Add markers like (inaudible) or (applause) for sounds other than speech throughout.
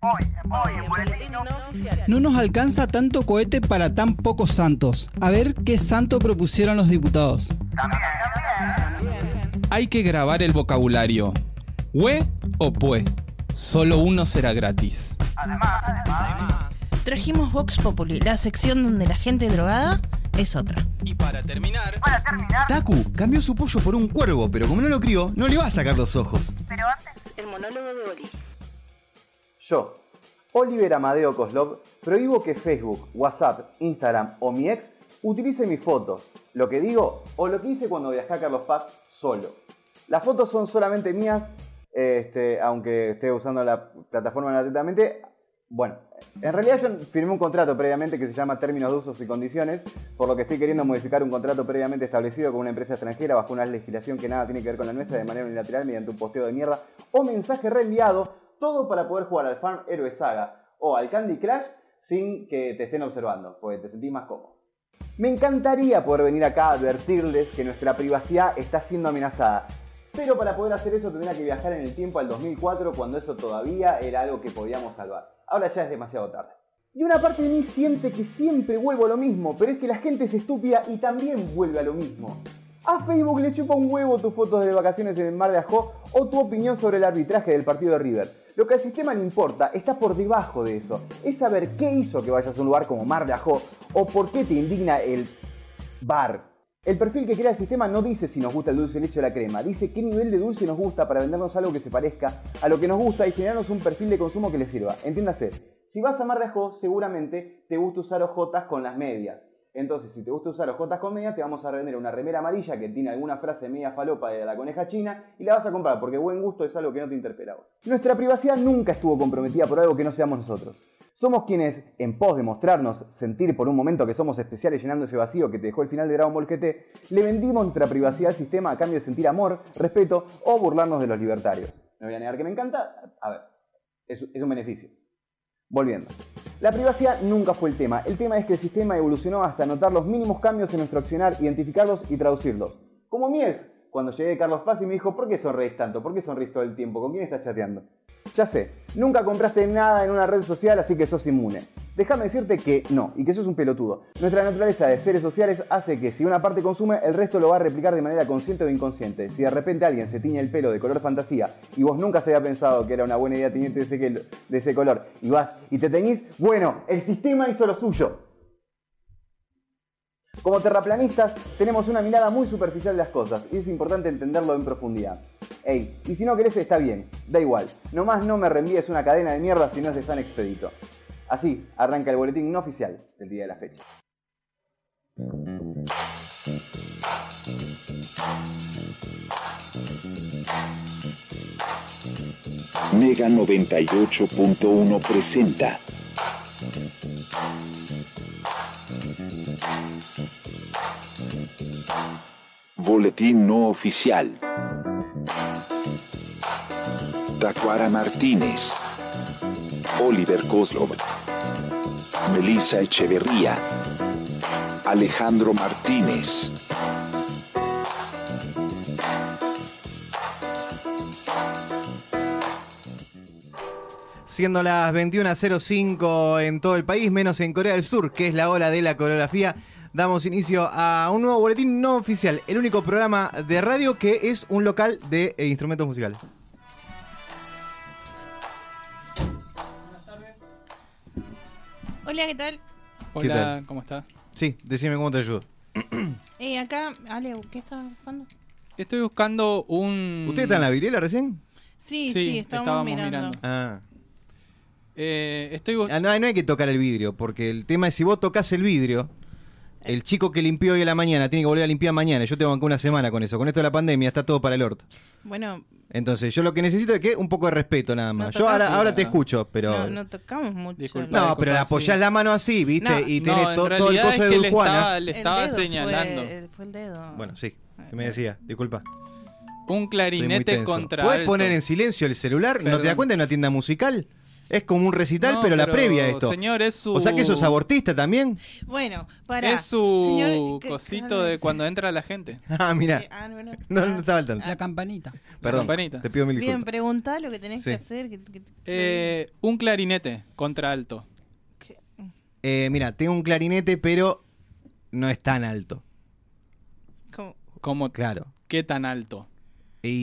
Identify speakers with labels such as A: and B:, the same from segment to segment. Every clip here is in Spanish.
A: Hoy en Boletín Oficial.
B: No nos alcanza tanto cohete para tan pocos santos. A ver qué santo propusieron los diputados.
C: Hay que grabar el vocabulario. ¿Hue o pue? Solo uno será gratis.
D: Trajimos Vox Populi, la sección donde la gente drogada es otra.
C: Y para terminar,
E: Taku cambió su pollo por un cuervo, pero como no lo crió, no le va a sacar los ojos.
A: El monólogo de Oli.
F: Yo, Oliver Amadeo Koslov, prohíbo que Facebook, WhatsApp, Instagram o mi ex utilice mis fotos, lo que digo o lo que hice cuando viajé a Carlos Paz solo. Las fotos son solamente mías, este, aunque esté usando la plataforma gratuitamente. Bueno, en realidad yo firmé un contrato previamente que se llama Términos de Usos y Condiciones, por lo que estoy queriendo modificar un contrato previamente establecido con una empresa extranjera bajo una legislación que nada tiene que ver con la nuestra de manera unilateral mediante un posteo de mierda o mensaje reenviado todo para poder jugar al Farm Héroe Saga o al Candy Crush sin que te estén observando, porque te sentís más cómodo. Me encantaría poder venir acá a advertirles que nuestra privacidad está siendo amenazada, pero para poder hacer eso tendría que viajar en el tiempo al 2004 cuando eso todavía era algo que podíamos salvar. Ahora ya es demasiado tarde. Y una parte de mí siente que siempre vuelvo a lo mismo, pero es que la gente es estúpida y también vuelve a lo mismo. A Facebook le chupa un huevo tus fotos de vacaciones en el mar de Ajó o tu opinión sobre el arbitraje del partido de River. Lo que al sistema le importa está por debajo de eso. Es saber qué hizo que vayas a un lugar como Mar de Ajó o por qué te indigna el bar. El perfil que crea el sistema no dice si nos gusta el dulce de leche o la crema, dice qué nivel de dulce nos gusta para vendernos algo que se parezca a lo que nos gusta y generarnos un perfil de consumo que le sirva. Entiéndase, si vas a Mar de Ajó, seguramente te gusta usar ojotas con las medias. Entonces, si te gusta usar ojotas con medias, te vamos a vender una remera amarilla que tiene alguna frase media falopa de la coneja china y la vas a comprar porque buen gusto es algo que no te interpela a vos. Nuestra privacidad nunca estuvo comprometida por algo que no seamos nosotros. Somos quienes, en pos de mostrarnos, sentir por un momento que somos especiales llenando ese vacío que te dejó el final de Dragon Ball GT, le vendimos nuestra privacidad al sistema a cambio de sentir amor, respeto o burlarnos de los libertarios. No voy a negar que me encanta, a ver, es- es un beneficio. Volviendo. La privacidad nunca fue el tema. El tema es que el sistema evolucionó hasta notar los mínimos cambios en nuestro accionar, identificarlos y traducirlos. Como mi ex, cuando llegué de Carlos Paz y me dijo, ¿por qué sonreís tanto? ¿Por qué sonreís todo el tiempo? ¿Con quién estás chateando? Ya sé, nunca compraste nada en una red social, así que sos inmune. Déjame decirte que no, y que sos un pelotudo. Nuestra naturaleza de seres sociales hace que si una parte consume, el resto lo va a replicar de manera consciente o inconsciente. Si de repente alguien se tiñe el pelo de color fantasía y vos nunca se había pensado que era una buena idea teñirte de ese, que- de ese color y vas y te teñís, bueno, el sistema hizo lo suyo. Como terraplanistas, tenemos una mirada muy superficial de las cosas y es importante entenderlo en profundidad. Ey, y si no querés está bien, da igual, nomás no me reenvíes una cadena de mierda si no es de San Expedito. Así arranca el boletín no oficial del día de la fecha.
G: Mega 98.1 presenta Boletín no oficial. Tacuara Martínez. Oliver Kozlov. Melissa Echeverría. Alejandro Martínez.
E: Siendo las 21.05 en todo el país, menos en Corea del Sur, que es la hora de la coreografía, damos inicio a un nuevo boletín no oficial, el único programa de radio que es un local de eh, instrumentos musicales.
D: Hola, ¿qué tal?
E: ¿Qué
C: hola,
E: tal?
C: ¿cómo estás?
E: Sí, decime cómo te ayudo.
D: Eh, acá, Ale, ¿qué estás buscando?
C: Estoy buscando un.
E: ¿Usted está en la virela recién?
D: Sí, sí,
C: Sí,
D: estábamos,
C: estábamos
D: mirando.
C: mirando.
E: Ah.
C: Eh, estoy bus-
E: Ah, no, no hay que tocar el vidrio, porque el tema es si vos tocas el vidrio, el chico que limpió hoy a la mañana tiene que volver a limpiar mañana. Yo te banco una semana con eso. Con esto de la pandemia está todo para el orto.
D: Bueno,
E: Entonces, yo lo que necesito es que un poco de respeto nada más.
D: No
E: yo ahora,
D: tocás-
E: ahora te escucho, pero.
D: no, no tocamos mucho.
C: Disculpa.
D: No,
E: No, pero le apoyás la mano así, ¿viste?
D: No.
E: y
C: No,
E: tenés
C: en
E: to- todo el
C: realidad
E: coso de
C: es que
E: Duljuana.
C: le estaba, le
D: el
C: estaba
D: dedo
C: señalando.
D: Fue el, fue el dedo.
E: Bueno, sí. ¿Qué me decía? Disculpa.
C: Un
E: Estoy muy
C: clarinete
E: tenso.
C: Eh, contra.
E: ¿Podés
C: alto.
E: poner en silencio el celular? ¿No te
C: Perdón.
E: das cuenta en una tienda musical? Es como un recital,
C: No,
E: pero, la previa a esto.
C: Señor, es su.
E: O sea que sos abortista también. (laughs)
D: Bueno, para.
C: Es su
D: Señor- que-
C: cosito de cuando entra la gente.
E: Ah, mira.
D: Eh, ah, no, no.
E: No, no estaba al tanto.
B: La campanita.
E: Perdón.
C: campanita.
E: Te pido mil
D: Bien,
E: disculpas.
D: preguntá lo que tenés
E: Sí.
D: que hacer. que- que- que-
C: Eh, un clarinete, contraalto.
D: que-
E: Eh, mira, tengo un clarinete, pero no es tan alto.
D: como-
C: ¿Cómo?
E: Claro.
C: ¿Qué tan alto?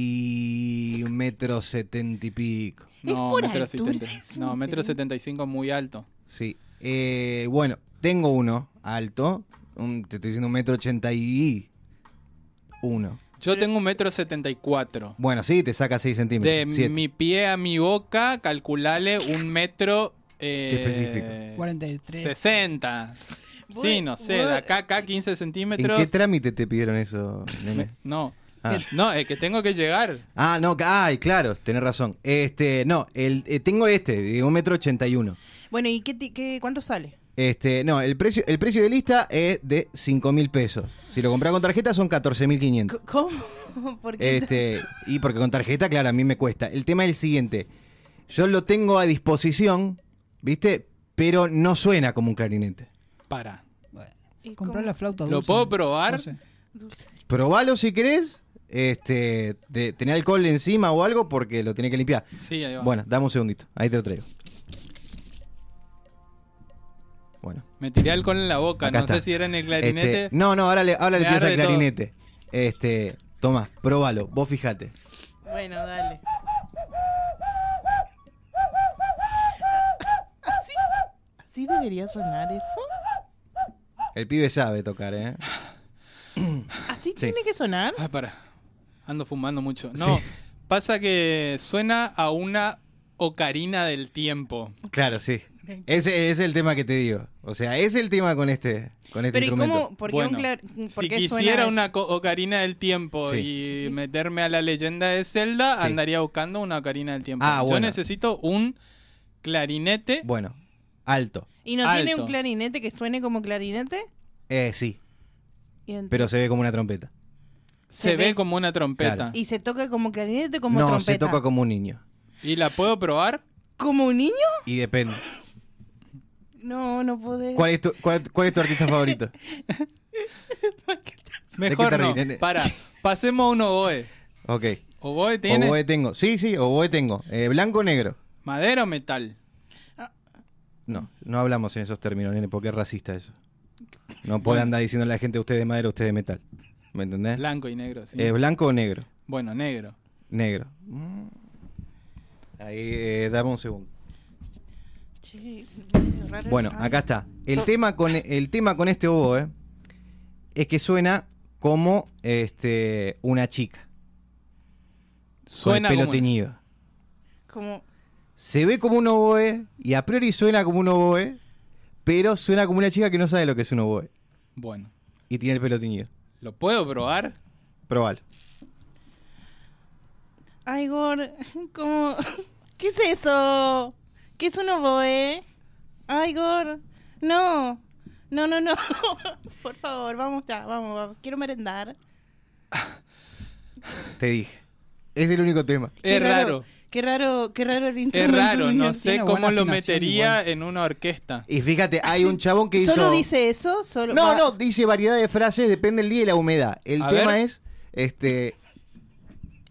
E: Y un metro setenta y pico.
C: No,
D: por
C: metro
D: altura,
C: setenta.
D: es
C: No,
D: un
C: metro
D: fenómeno.
C: setenta y cinco muy alto.
E: Sí. Eh, bueno, tengo uno alto. Un- te estoy diciendo un metro ochenta y uno.
C: Yo tengo un metro setenta y cuatro.
E: Bueno, sí, te saca 6 centímetros.
C: De
E: siete.
C: mi pie a mi boca, calculale un metro. Eh,
E: Qué específico.
B: 43.
C: 60. Sí,
D: Voy-
C: no sé, de
D: voy-
C: acá a acá 15
E: ¿En
C: centímetros.
E: qué trámite te pidieron eso, nene?
C: Me- no,
E: Ah.
C: no, es que tengo que llegar.
E: Ah, no, ca- ay, claro, tenés razón. Este, no, el, eh, tengo este, de un metro ochenta y uno.
D: Bueno, ¿y qué, ti- qué- cuánto sale?
E: (laughs) Este, no, el precio, el precio de lista es de cinco mil pesos. Si lo compras con tarjeta son catorce mil quinientos.
D: C- ¿Cómo? (laughs) Porque
E: Este, y porque con tarjeta, claro, a mí me cuesta. El tema es el siguiente. Yo lo tengo a disposición, ¿viste? Pero no suena como un clarinete.
C: Para.
B: Bueno,
D: ¿Y
B: comprar
D: cómo?
B: la flauta
C: ¿Lo
B: dulce.
C: puedo probar?
D: Dulce.
E: Probalo si querés. Este, te- tenés alcohol encima o algo porque lo tenés que limpiar.
C: Sí, ahí va.
E: Bueno, dame un segundito. Ahí te lo traigo. Bueno.
C: Me tiré alcohol en la boca,
E: Acá
C: no
E: está.
C: sé si era en el clarinete.
E: Este, no, no, ahora le, ahora le
C: Me
E: tiras al
C: arde todo.
E: clarinete. Este, toma, probalo, vos fijate.
D: Bueno, dale. ¿Así, así debería sonar eso?
E: El pibe sabe tocar, ¿eh?
D: ¿Así
E: Sí.
D: tiene que sonar?
C: Ah, para. Ando fumando mucho. No,
E: Sí.
C: pasa que suena a una ocarina del tiempo.
E: Claro, sí. Ese es el tema que te digo. O sea, es el tema con este, con este
D: Pero ¿y
E: instrumento.
D: cómo? ¿Por qué
C: Bueno,
D: un clar- por
C: si
D: qué suena
C: quisiera
D: eso?
C: una co- ocarina del tiempo y meterme a la leyenda de Zelda,
E: Sí.
C: andaría buscando una ocarina del tiempo.
E: Ah,
C: Yo
E: bueno.
C: necesito un clarinete.
E: Bueno, alto.
D: ¿Y no tiene
C: Alto.
D: un clarinete que suene como clarinete?
E: Eh, sí,
D: Y, ent-
E: pero se ve como una trompeta.
C: se
D: se
C: ve
D: ve.
C: como una trompeta.
E: Claro.
D: ¿Y se toca como clarinete o como
E: no,
D: trompeta?
E: se toca como un niño.
C: ¿Y la puedo probar?
D: ¿Como un niño?
E: Y depende.
D: No, no podés.
E: ¿Cuál es tu, cuál- cuál es tu artista
D: (laughs)
E: favorito?
C: Mejor
E: te
C: no.
E: reís, nene? (laughs)
C: Para, pasemos a un oboe.
E: Ok.
C: ¿Oboe tiene?
E: Oboe tengo. Sí, sí, oboe tengo. Eh, blanco o negro.
C: ¿Madera o metal?
E: No, no hablamos en esos términos, nene, porque es racista eso. No puede andar diciendo a la gente usted es de madera, usted es de metal. ¿Me entendés?
C: Blanco y negro, sí.
E: Eh, ¿Blanco o negro?
C: bueno, negro.
E: Negro. Mm. Ahí, eh, dame un segundo.
D: Che, medio raro
E: Bueno,
D: eso.
E: acá está. El tema con, el tema con este oboe es que suena como este, una chica.
C: Suena
E: con el pelo
C: como-
E: teñido.
D: Como...
E: Se ve como un oboe y a priori suena como un oboe, pero suena como una chica que no sabe lo que es un oboe
C: Bueno,
E: y tiene el pelo teñido.
C: ¿lo puedo probar?
E: Probalo.
D: Ay, (laughs) Gor, como... ¿Qué es eso? ¿Qué es un oboe? Ay, Gor, no. No, no, (laughs) no. Por favor, vamos ya, vamos, vamos. Quiero merendar.
E: Te dije. Es el único tema.
D: Qué
C: es raro.
D: Qué raro, qué raro el
C: Es
D: instrumento.
C: raro, no
D: señor.
C: sé
B: Tiene
C: cómo
B: buena
C: lo
B: afinación
C: metería en una orquesta.
E: Y fíjate, hay un chabón que hizo.
D: ¿Solo dice eso? Solo
E: No,
D: va-
E: no, dice variedad de frases, depende del día y la humedad. El
C: A
E: tema
C: ver.
E: es. Este.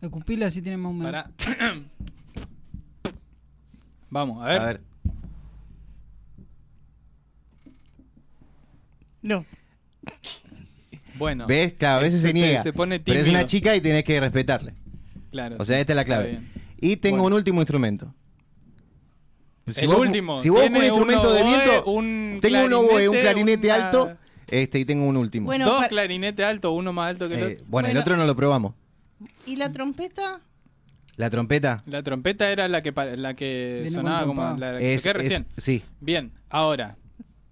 B: La cupila sí tiene más o menos.
C: Pará. (coughs) Vamos, a
E: A
C: ver.
E: ver.
D: No.
C: Bueno,
E: ¿Ves? Claro, a veces se
C: Este,
E: niega.
C: se pone
E: pero es
C: tímido.
E: una chica y tenés que respetarle.
C: claro.
E: O sea,
C: sí,
E: esta es la
C: está
E: clave.
C: bien.
E: Y tengo
C: Bueno.
E: un último instrumento.
C: el
E: vos-
C: último.
E: Si vos con
C: tiene
E: un instrumento de
C: oboe,
E: viento.
C: un
E: tengo un oboe, un clarinete
C: una-
E: alto. Este, y tengo un último.
D: Bueno,
C: Dos
D: pa-
C: clarinete alto, uno más alto que el
E: Eh,
C: otro.
E: bueno, el
D: Bueno.
E: otro no lo probamos.
D: ¿Y la trompeta?
E: La trompeta.
C: La trompeta era la que pa- la que
B: Viene
C: sonaba
B: con
C: como
B: trompada.
C: la que
E: Es,
C: toqué
E: es-
C: recién.
E: sí,
C: Bien, ahora.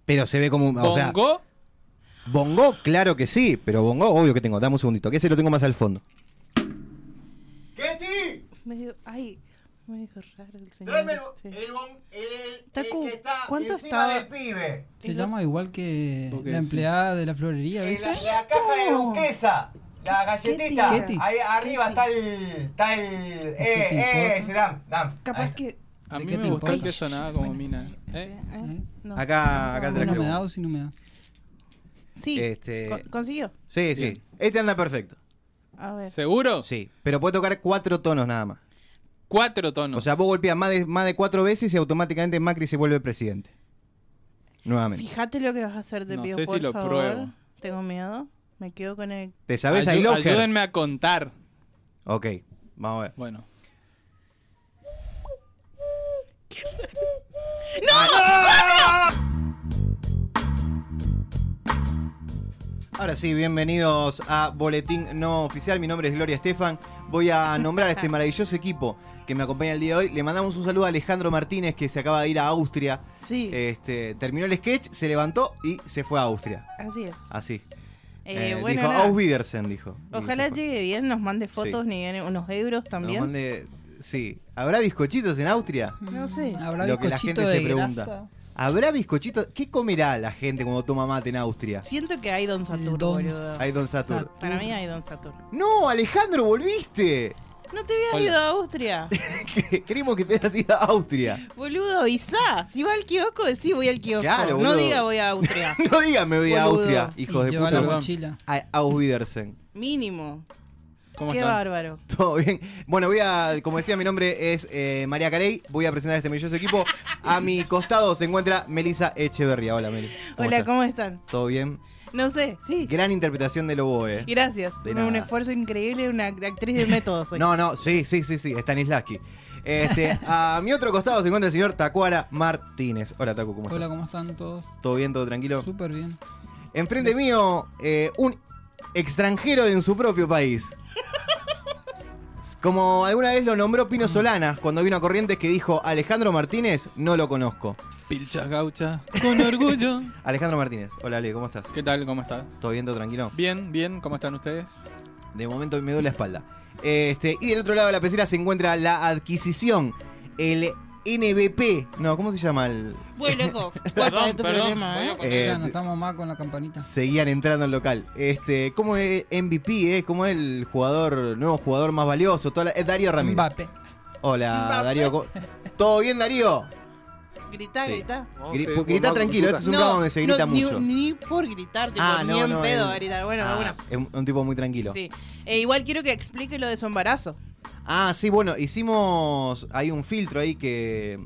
E: pero se ve como. un- O sea,
C: Bongo,
E: Bongo, claro que sí, pero Bongo, obvio que tengo. Dame un segundito, que ese lo tengo más al fondo.
D: Medio, ay, medio raro el señor. este. Taku, ¿cuánto
E: encima
D: estaba?
E: pibe.
B: Se llama igual que
C: Porque
B: la
C: sí.
B: empleada de la florería, ¿viste?
E: caja de duquesa. La galletita.
B: Ketty.
E: Ahí arriba está Eh, el. Está el.
B: Ketty, por-
E: ese, dam, dam.
D: Capaz
E: Ahí. ¿Eh?
D: que
C: A
B: ¿De
C: mí
B: qué
C: me
B: te
C: gustó el
B: importa?
C: que sonaba como mina. ¿Eh?
D: ¿Eh? No.
E: Acá, acá te la
B: no
E: creo.
B: me da o si no me da.
D: Sí,
E: Este-
D: con- consiguió.
E: Sí, sí.
C: Bien.
E: Este anda perfecto.
D: A ver.
C: ¿Seguro?
E: Sí, pero puede tocar cuatro tonos nada más.
C: Cuatro tonos.
E: O sea, vos golpeas más de, más de cuatro veces y automáticamente Macri se vuelve presidente. Nuevamente.
D: Fíjate lo que vas a hacer, te
C: No
D: pido,
C: sé si
D: por
C: lo
D: favor.
C: pruebo.
D: Tengo miedo. Me quedo con el...
E: ¿Te sabes
C: Ayú-
E: I love her?
C: Ayúdenme a contar.
E: Ok, vamos a ver.
C: Bueno.
E: Ahora sí, bienvenidos a Boletín No Oficial. Mi nombre es Gloria Estefan. Voy a nombrar a
D: (laughs)
E: este maravilloso equipo que me acompaña el día de hoy. Le mandamos un saludo a Alejandro Martínez que se acaba de ir a Austria.
D: Sí,
E: Este, terminó el sketch, se levantó y se fue a Austria.
D: así es.
E: Así.
D: Eh,
E: Eh,
D: bueno,
E: dijo,
D: nada.
E: Auf Wiedersehen, dijo. Y
D: Ojalá
E: se fue.
D: llegue bien, nos mande fotos,
E: Sí.
D: ni gane unos euros
E: Nos
D: también.
E: mande- sí. ¿Habrá bizcochitos en Austria?
D: No sé.
E: Mm,
B: Habrá
E: Lo que la
B: bizcochito
E: gente se
B: de
E: pregunta. ¿Habrá bizcochitos? ¿Qué comerá la gente cuando toma mate en Austria?
D: Siento que hay Don Satur,
B: Don
D: boludo.
E: Hay Eh, Don Satur.
D: Para mí hay Don Satur.
E: ¡No, Alejandro, volviste! (laughs)
D: No te había
C: Hola.
D: ido a Austria.
E: Queremos que te hayas ido a Austria.
D: Boludo, avisá. Si va al kiosco, decís voy al kiosco.
E: Claro,
D: no
E: boludo.
D: diga voy
E: (laughs)
D: a Austria.
E: No digan me voy a
D: Boludo.
E: Austria,
B: Y
E: hijos de
B: lleva la
E: puta.
B: mochila.
E: A- Auf Wiedersehen. (laughs)
D: Mínimo.
C: ¿Cómo
D: Qué
C: están?
D: bárbaro.
E: Todo bien. Bueno, voy a, como decía, mi nombre es eh, María Carey. Voy a presentar a este maravilloso equipo. A mi costado se encuentra Melisa Echeverría. Hola, Meli.
D: Hola,
E: estás?
D: ¿cómo están?
E: ¿Todo bien?
D: No sé, sí.
E: Gran interpretación de Loboe. ¿eh?
D: Gracias.
E: De
D: un
E: nada.
D: esfuerzo increíble, una atriz de método soy.
E: No, no, sí, sí, sí, sí, Stanislavski. Este, a mi otro costado se encuentra el señor Tacuara Martínez. Hola, Tacu, ¿cómo
B: Hola,
E: estás?
B: ¿cómo están todos?
E: ¿Todo bien, todo tranquilo?
B: Súper bien.
E: Enfrente mío, eh, un extranjero en su propio país. Como alguna vez lo nombró Pino Solanas cuando vino a Corrientes que dijo Alejandro Martínez, no lo conozco.
C: Pilchas gauchas, con orgullo.
E: Alejandro Martínez, hola Ale, ¿cómo estás?
C: ¿Qué tal? ¿Cómo estás?
E: ¿Todo bien, todo tranquilo?
C: Bien, bien. ¿Cómo están ustedes?
E: De momento me duele la espalda. Este, y del otro lado de la pecera se encuentra la adquisición, el NBP. No, ¿cómo se llama el,
D: Voy,
E: (laughs)
D: loco.
C: Perdón,
D: Perdón, tu
C: perdón,
D: problema,
C: voy a
D: ¿eh?
C: poner-
E: Eh,
B: Ya, no
E: de-
B: estamos más con la campanita.
E: Seguían entrando al local. Este, ¿cómo es MVP, eh? ¿Cómo es el jugador, nuevo jugador más valioso? Toda la- es Darío Ramírez.
B: Mbappé.
E: Hola, Darío. ¿cómo- ¿Todo bien, Darío?
D: Gritá,
E: Sí.
D: gritá.
E: Gri- grita tranquilo, este es un programa donde se grita
D: ni,
E: mucho.
D: Ni por gritar, tipo,
E: Ah,
D: ni
E: no,
D: en
E: no,
D: pedo
E: el-
D: a gritar. Bueno,
E: Ah,
D: da una.
E: es un, un tipo muy tranquilo.
D: Sí. E igual quiero que explique lo de su embarazo.
E: Ah, sí, bueno, hicimos. Hay un filtro ahí que,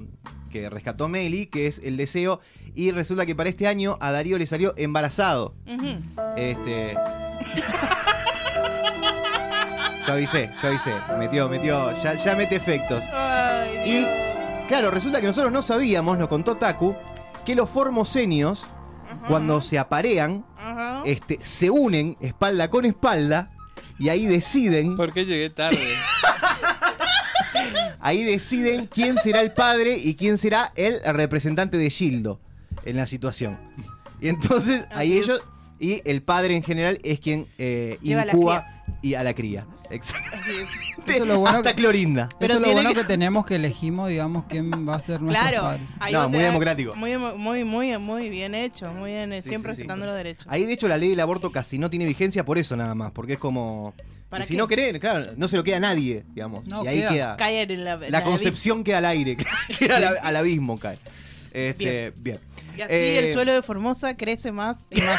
E: que rescató Meli, que es el deseo. Y resulta que para este año a Darío le salió embarazado.
D: Ujú.
E: Este. Yo avisé, yo avisé. Metió, metió. Ya, ya mete efectos.
D: Ay,
E: Y claro, resulta que nosotros no sabíamos, nos contó Taku, que los formosenios,
D: ajá,
E: cuando se aparean,
D: ajá.
E: este, se unen espalda con espalda y ahí deciden,
C: ¿Por qué
E: (laughs)
C: llegué tarde?
E: ahí deciden quién será el padre y quién será el representante de Gildo en la situación. Y entonces ahí
D: Así es.
E: ellos, y el padre en general es quien eh,
D: Lleva a la
E: incuba y a la cría. Exactamente.
D: Así
E: (laughs)
D: es.
B: Eso es lo bueno
E: Hasta
B: que-
E: Clorinda.
D: Pero
B: Eso es lo
D: tiene
B: bueno
D: que-
B: que tenemos que elegimos, digamos, quién va a ser nuestro
D: Claro.
B: padre.
D: ahí
E: No,
D: vos te
E: muy
D: das-
E: democrático.
D: Muy, emo- muy, muy, muy bien hecho. Muy bien, eh,
E: Sí,
D: siempre
E: sí, sí.
D: respetando los derechos.
E: Ahí de hecho la ley del aborto casi no tiene vigencia por eso nada más, porque es como...
D: ¿Para
E: y si
D: qué?
E: no querés, claro, no se lo queda a nadie, digamos.
B: No,
E: y ahí
B: queda.
E: queda...
D: Cae en la,
E: la concepción queda al aire, (laughs)
D: (laughs)
E: queda al, al abismo, cae. Este, bien.
D: Y así
E: Eh,
D: el suelo de Formosa crece más
E: (laughs)
D: y más.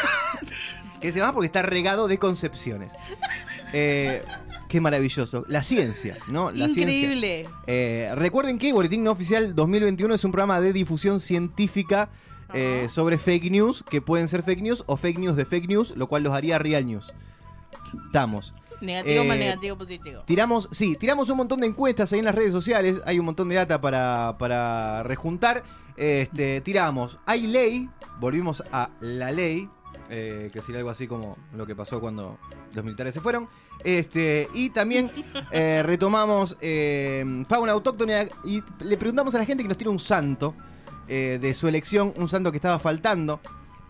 E: Que se llama porque está regado de concepciones. Eh, qué maravilloso. La ciencia, ¿no? La ciencia.
D: Increíble.
E: Eh, recuerden que Boletín No Oficial 2021 es un programa de difusión científica eh,
D: Ajá.
E: sobre fake news, que pueden ser fake news o fake news de fake news, lo cual los haría real news. Estamos.
D: Negativo más
E: Eh,
D: negativo positivo.
E: Tiramos, sí, tiramos un montón de encuestas ahí en las redes sociales, hay un montón de data para, para rejuntar. Este, tiramos, hay ley, volvimos a la ley, eh, que sería algo así como lo que pasó cuando los militares se fueron. Este, y también eh, retomamos eh, fauna autóctona y le preguntamos a la gente que nos tira un santo eh, de su elección, un santo que estaba faltando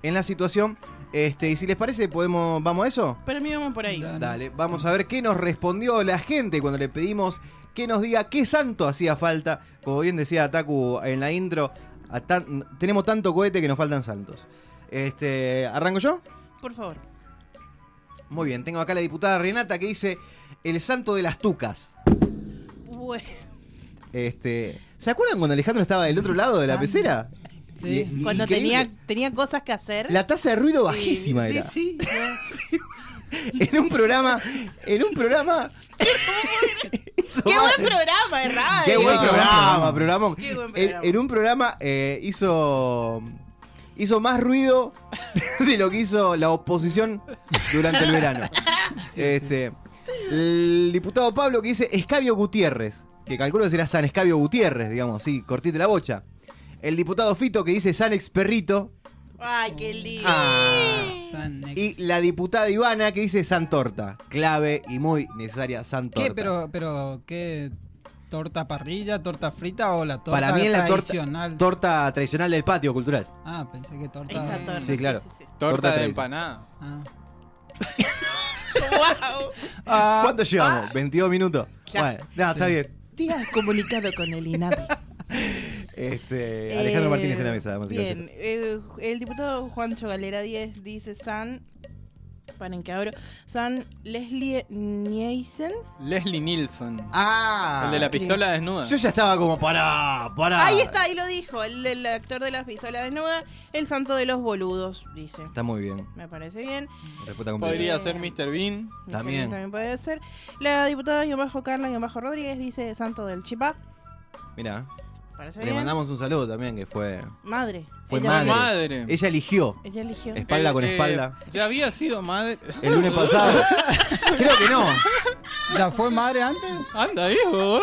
E: en la situación. Este, y si les parece, podemos, ¿vamos a eso?
D: Para mí vamos por ahí.
B: Da-
E: Dale, vamos a ver qué nos respondió la gente cuando le pedimos que nos diga qué santo hacía falta. Como bien decía Taku en la intro, a tan- tenemos tanto cohete que nos faltan santos. Este, ¿Arranco yo?
D: Por favor.
E: Muy bien, tengo acá la diputada Renata que dice el santo de las tucas.
D: Bueno.
E: Este, ¿Se acuerdan cuando Alejandro estaba del otro lado de la pecera?
D: Sí,
E: Y-
D: Cuando
E: increíble.
D: tenía, tenía cosas que hacer.
E: La tasa de ruido bajísima
D: sí,
E: era. (laughs)
D: Sí, sí.
E: En un programa. En un
D: (laughs)
E: programa. (laughs) hizo
D: ¡Qué
E: varias-
D: buen programa de radio!
E: Qué buen programa, programón.
D: Qué buen
E: En,
D: programa.
E: en un programa eh, hizo hizo más ruido (laughs) de lo que hizo la oposición durante el verano. este, El diputado Pablo que dice Escabio Gutiérrez, que calculo que será San Escabio Gutiérrez, digamos, sí, cortite la bocha. El diputado Fito que dice San Experrito.
D: ¡Ay, qué lindo!
E: Ah.
B: San Ex-
E: Y la diputada Ivana que dice San Torta. Clave y muy necesaria San Torta.
H: ¿Qué? Pero, pero, ¿qué? ¿Torta parrilla, torta frita o la torta
E: Para mí es la
H: tradicional?
E: torta, torta tradicional del patio cultural.
H: ah, pensé que torta.
D: Esa torta,
E: Sí, claro. Torta
C: Torta de
E: tres.
C: empanada.
H: Ah.
D: ¡Wow!
H: Ah,
E: ¿Cuánto llevamos? 22 minutos.
D: Ya.
E: Bueno, no, está
H: Sí.
E: bien.
D: Día comunicado con
E: (laughs)
D: el INAPI.
E: Este, Alejandro
D: Eh,
E: Martínez en la mesa, damas y
D: Bien,
E: caballeros.
D: eh, el diputado Juancho Galera 10 dice San. Paren que abro. San Leslie Nielsen.
C: Leslie Nielsen.
E: Ah,
C: el de la pistola desnuda.
E: yo ya estaba como pará, pará.
D: Ahí está, ahí lo dijo. El, el actor de las pistolas desnudas. El santo de los boludos, dice.
E: Está muy bien.
D: Me parece bien.
E: Respuesta completa.
C: Podría ser Mr. Bean.
E: También.
D: También puede ser. La diputada guión bajo Carla guión bajo Rodríguez dice santo del Chipá.
E: Mirá,
D: Parece
E: le
D: bien.
E: mandamos un saludo también que fue.
D: Madre.
E: Fue
D: Ella-
E: madre.
C: Madre.
E: Ella eligió
D: Ella eligió.
E: espalda
C: Eh,
E: con
C: eh,
E: espalda
C: Ya había sido madre.
E: el
C: (laughs)
E: lunes
D: (laughs)
E: pasado. Creo que no.
H: ¿Ya fue madre antes?
C: Anda, hijo.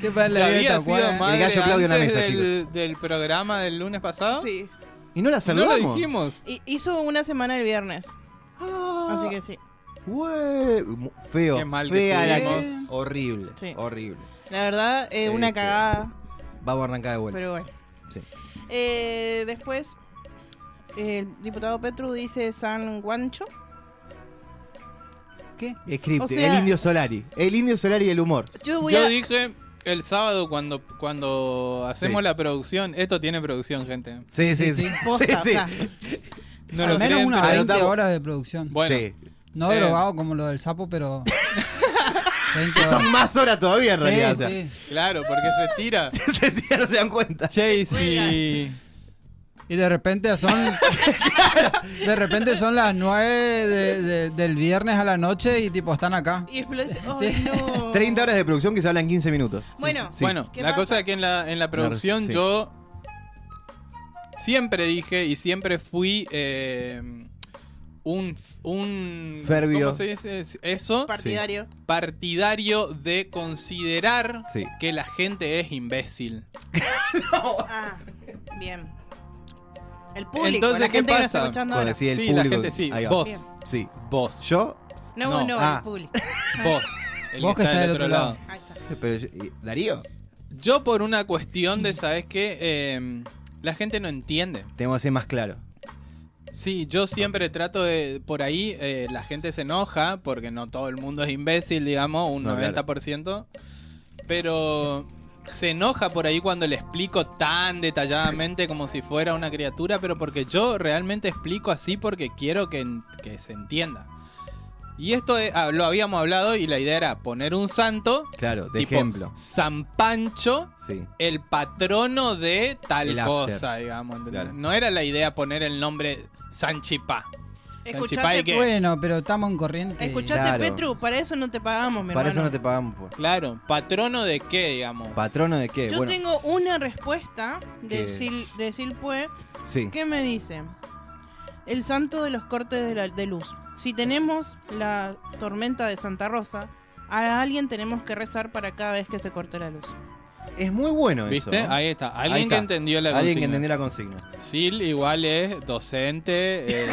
H: ¿Qué pasa
C: Ya
H: la vida
C: había
H: de Tacuara?
C: sido madre
E: gallo Claudio en la
C: antes
E: mesa,
C: del, del programa del lunes pasado.
D: Sí.
E: Y no la
C: No lo
E: saludamos.
C: dijimos.
D: Y- hizo una semana el viernes.
E: Ah,
D: Así que sí.
E: güey, mu- feo.
C: Qué mal que
E: Fea la que
C: estuvimos.
E: Horrible.
D: Sí.
E: Horrible.
D: La verdad, eh, una
E: Este,
D: cagada.
E: Vamos a arrancar de vuelta.
D: Pero bueno.
E: Sí.
D: Eh, después, el diputado Petru dice San Guancho.
E: Script,
D: O sea-
E: el indio Solari. El indio Solari y el humor.
D: Yo voy
C: Yo
D: a.
C: dije el sábado cuando, cuando hacemos la producción. Esto tiene producción, gente.
E: Sí, sí, sí.
H: sí,
D: posta, Ah,
E: (laughs)
D: o
E: Sí, sí.
D: sea,
C: No lo
H: Al menos
C: creen,
H: unas
C: pero-
E: pero
H: 20
E: estamos-
H: horas de producción.
C: Bueno,
E: Sí.
H: No
C: Eh.
H: drogado como lo del sapo, pero. 20 horas.
E: Son más horas todavía en
H: Sí,
E: realidad. o sea.
H: sí.
C: claro, porque se tira.
E: (laughs) Se tiran, no se dan cuenta.
C: Che, y si-
H: Y de repente son. de repente son las 9 de- de- del viernes a la noche y tipo están acá.
D: Y explosión.
E: (laughs)
D: Ay, no.
E: 30 horas de producción que se hablan 15 minutos.
D: Oh. Bueno,
E: Sí.
C: Bueno,
D: ¿Qué
C: la
D: pasa?
C: cosa es que en la, en la producción
E: sí.
C: yo siempre dije y siempre fui eh, un, f- un
E: Fervio.
C: ¿cómo se dice? Es- Eso,
D: partidario.
C: partidario de considerar
E: Sí.
C: que la gente es imbécil.
D: Ah, bien. El público.
C: Entonces,
D: la
C: ¿qué
D: gente que nos está
C: pasa?
D: escuchando
E: Cuando
D: ahora.
E: decía el
C: sí,
E: público.
C: la gente sí.
E: Ahí va.
C: Vos,
E: Sí.
C: vos,
E: Yo,
D: No,
C: No.
D: no,
E: Ah.
D: el público.
C: vos. el
H: Vos que
C: está
H: estás del otro lado.
D: Ahí está.
E: pero yo- y- Darío,
C: Yo por una cuestión de, ¿sabes qué? Eh, la gente no entiende.
E: tenemos que ser más claro.
C: Sí, yo siempre trato de. Por ahí eh, la gente se enoja porque no todo el mundo es imbécil, digamos, un
E: No, claro.
C: 90%. Pero se enoja por ahí cuando le explico tan detalladamente como si fuera una criatura, pero porque yo realmente explico así porque quiero que, en- que se entienda. Y esto es- ah, lo habíamos hablado y la idea era poner un santo,
E: Claro, de
C: tipo
E: ejemplo.
C: San Pancho,
E: Sí.
C: el patrono de tal
E: El after.
C: cosa, digamos. ¿entendés?
E: Claro.
C: No era la idea poner el nombre Sanchipá.
D: Escuchate,
C: ¿qué?
H: Bueno, pero estamos en corriente.
D: escuchate
E: Claro.
D: Petru. Para eso no te pagamos, mi
E: Para eso
D: hermano.
E: no te pagamos por.
C: Claro, patrono de qué, digamos.
E: ¿Patrono de qué?
D: Yo
E: bueno,
D: tengo una respuesta
E: Que-
D: de, Sil, de Silpue.
E: sí.
D: ¿Qué me dice? El santo de los cortes de, la- de luz. Si tenemos la tormenta de Santa Rosa, a alguien tenemos que rezar para cada vez que se corte la luz.
E: Es muy bueno
C: ¿Viste?
E: eso. ¿no?
C: Ahí está. Alguien
E: Ahí está.
C: que entendió la
E: Alguien que
C: consigna.
E: entendió la consigna.
C: Sil igual es docente,
E: (laughs)
C: eh,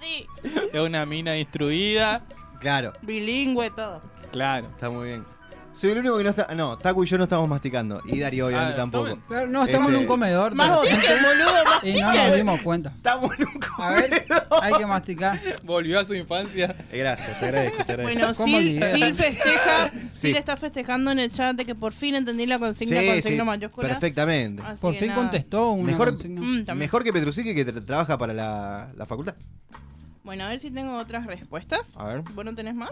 D: Sí.
C: es una mina instruida.
E: Claro,
D: Bilingüe, todo.
C: Claro.
E: está muy bien. Soy el único que no está. No, Taku y yo no estamos masticando. Y Darío, obviamente,
C: Ah,
E: tampoco.
C: tomen.
H: Claro, no, estamos en
E: Este-
H: un comedor.
D: Más
H: pero-
D: tickets, boludo, más
H: y no nos
D: tickets.
H: dimos cuenta.
E: Estamos nunca.
H: A ver, hay que masticar.
C: Volvió a su infancia.
E: Gracias, te agradezco, te agradezco.
D: (laughs) Bueno,
H: ¿Cómo
D: Sil,
H: olvidé?
D: Sil festeja,
E: Sí.
D: Sil está festejando en el chat de que por fin entendí la consigna
E: Sí,
D: con
E: sí,
D: signo mayúscula.
E: Perfectamente.
D: Así
H: Por
D: que
H: fin
D: nada.
H: contestó una
E: Mejor-
H: consigna.
D: Mm, también.
E: Mejor que Petrusique que tra- trabaja para la, la facultad.
D: Bueno, a ver si tengo otras respuestas.
E: A ver.
D: ¿Vos no tenés más?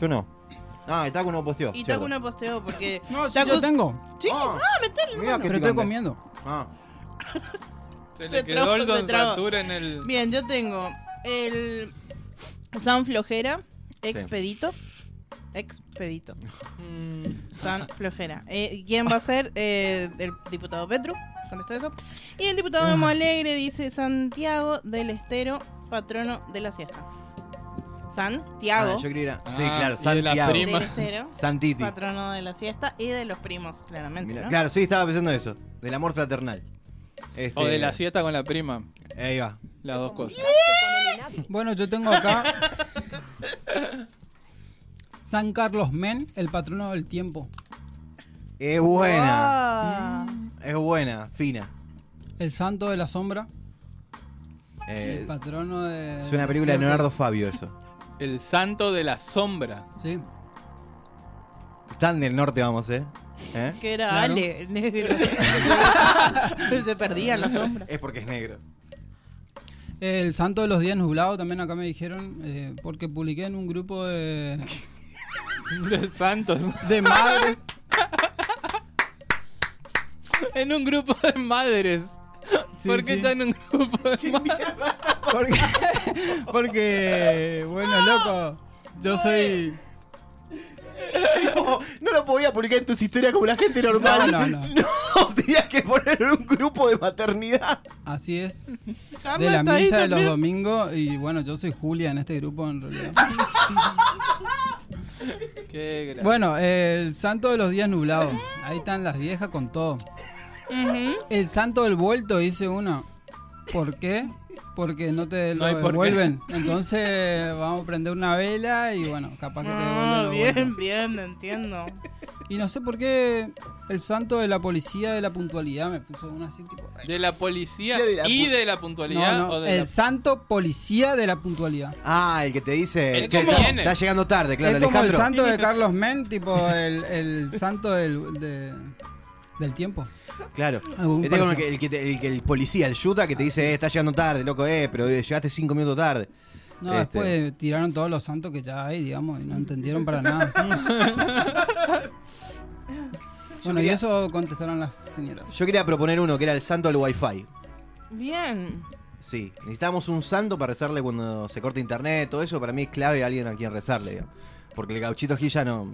E: Yo no. Ah, el taco no posteó.
D: Y
E: cierto.
D: Taku no posteó porque.
H: No, sí,
D: Taku-
H: yo tengo.
D: Sí,
E: Ah.
D: ah, metele.
E: Mira qué
H: Pero estoy
E: picante.
H: comiendo.
E: Ah.
C: Se,
D: Se
C: le quedó
D: trabó,
C: el
D: se
C: Don
D: trabó.
C: Satur en el.
D: Bien, yo tengo el San Flojera, Expedito. Expedito.
C: Mm,
D: San Flojera. Eh, ¿Quién va a ser? Eh, el diputado Petru. Contestó eso. Y el diputado
H: Ah.
D: Memo Alegre dice Santiago del Estero, patrono de la siesta.
E: Ah,
D: Santiago
E: yo quería ir a- Sí,
C: Ah,
E: claro,
C: y de la
E: Santiago.
C: prima.
D: del Estero,
E: Santiti.
D: patrono de la siesta y de los primos, claramente.
E: Mirá,
D: ¿no?
E: Claro, sí, estaba pensando eso. Del amor fraternal. Este,
C: O de la siesta con la prima.
E: Ahí va.
C: Las dos cosas.
H: Bueno, yo tengo acá. San Carlos Men, el patrono del tiempo.
E: Es buena.
D: Ah.
E: Es buena, fina.
H: El santo de la sombra.
E: Eh,
H: el patrono de.
E: es una película de
H: cierto-
E: Leonardo Fabio eso.
C: El santo de la sombra. (laughs)
H: Sí.
E: Están del norte vamos, ¿eh? ¿Eh?
D: Que era
H: Claro.
D: Ale, el
H: (laughs)
D: negro. Se perdía en la sombra.
E: Es porque es negro.
H: El santo de los días nublados también acá me dijeron. eh, porque publiqué en un grupo de.
C: De santos.
H: de madres.
C: En un grupo de madres.
H: Sí,
C: ¿Por qué
H: sí.
C: está en un
E: (laughs)
C: grupo de madres?
H: Porque, porque, bueno, loco, yo soy...
E: (laughs) No lo podía publicar en tus historias como la gente normal.
H: No, no,
E: (laughs) No, tenías que poner un grupo de maternidad.
H: Así es, de
D: Carla
H: la
D: está ahí
H: misa de los
D: también.
H: domingos y bueno, yo soy Julia en este grupo en realidad.
C: Qué gra-
H: Bueno, el santo de los días nublados, ahí están las viejas con todo.
D: Ujú.
H: El santo del vuelto, dice uno. ¿Por qué? Porque no te
C: No
H: lo
C: hay por qué.
H: devuelven. Entonces vamos a prender una vela y bueno, capaz que te devuelven.
D: No,
H: lo
D: Ah, bien,
H: vuelto.
D: bien, entiendo.
H: Y no sé por qué el santo de la policía de la puntualidad me puso una así tipo...
C: De la policía
E: Sí, de la
C: y
E: pu-
C: de la puntualidad.
H: No, no,
C: o de
H: el
C: la-
H: santo policía de la puntualidad.
E: Ah, el que te dice.
C: El
E: "Che,
C: que
E: está,
C: viene".
E: está llegando tarde, claro,
H: es como
E: Alejandro.
H: el santo de Carlos Men, tipo el, el santo del, de- del tiempo.
E: Claro.
H: Algún
E: Este es como el, que,
H: parecido.
E: el, que te- el que el policía, el yuta, que te dice, eh, está llegando tarde, loco, eh, pero eh, llegaste cinco minutos tarde.
H: No,
E: Este,
H: después tiraron todos los santos que ya hay, digamos, y no entendieron
E: (laughs)
H: para nada. bueno, y eso contestaron las señoras.
E: Yo quería proponer uno que era el santo del wifi.
D: Bien.
E: Sí, necesitamos un santo para rezarle cuando se corta internet, todo eso. Para mí es clave alguien a quien rezarle, digamos. Porque el gauchito Gil ya no.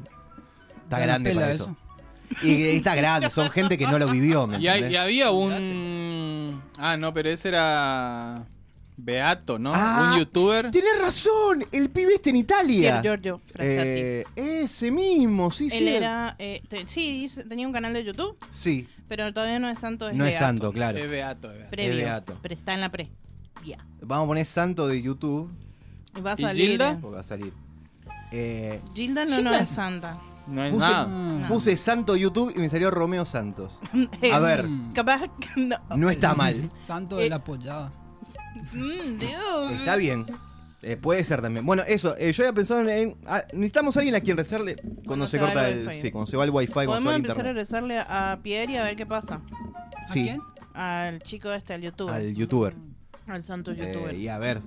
E: Está
H: Ya no
E: grande
H: pela
E: para eso. Y que está grande, son gente que no lo vivió, ¿me
C: Y, hay-
E: entendés?
C: y había un. Ah, no, pero ese era. Beato, ¿no?
E: Ah,
C: un youtuber.
E: Tenés razón, el pibe está en Italia.
D: Pier Giorgio Frassati.
E: Eh, ese mismo, sí, sí.
D: Él era. eh, te- sí, dice- tenía un canal de YouTube,
E: Sí,
D: pero todavía no es santo.
E: no es
D: beato.
E: santo, claro.
C: Es Beato, es Beato.
D: Previo.
E: Es beato.
D: Pero está en la pre. Ya.
E: Vamos a poner santo de YouTube.
D: Y va a
C: ¿Y
D: salir.
C: Gilda?
D: eh.
E: Porque va a salir. Eh,
D: Gilda no, no es santa.
C: No es
E: Puse-
C: nada.
H: Ah.
E: Puse santo YouTube y me salió Romeo Santos.
D: Eh,
E: A ver,
D: Capaz que
E: (laughs)
D: no.
E: no está mal.
H: Santo de la pollada.
D: Mm, Dios.
E: Está bien. Eh, puede ser también. Bueno, eso. eh, yo había pensado en. en- ah, necesitamos a alguien a quien rezarle cuando,
D: Cuando
E: se,
D: se va
E: corta
D: el
E: el.
D: wifi.
E: Sí, cuando se va el wifi, cuando se va
D: Podemos
E: el
D: empezar a
E: internet.
D: rezarle a Pierre y a ver qué pasa.
H: ¿A
E: Sí,
H: quién?
D: Al chico este, al youtuber.
E: al youtuber.
D: Al santo
E: Eh,
D: youtuber.
E: y a ver.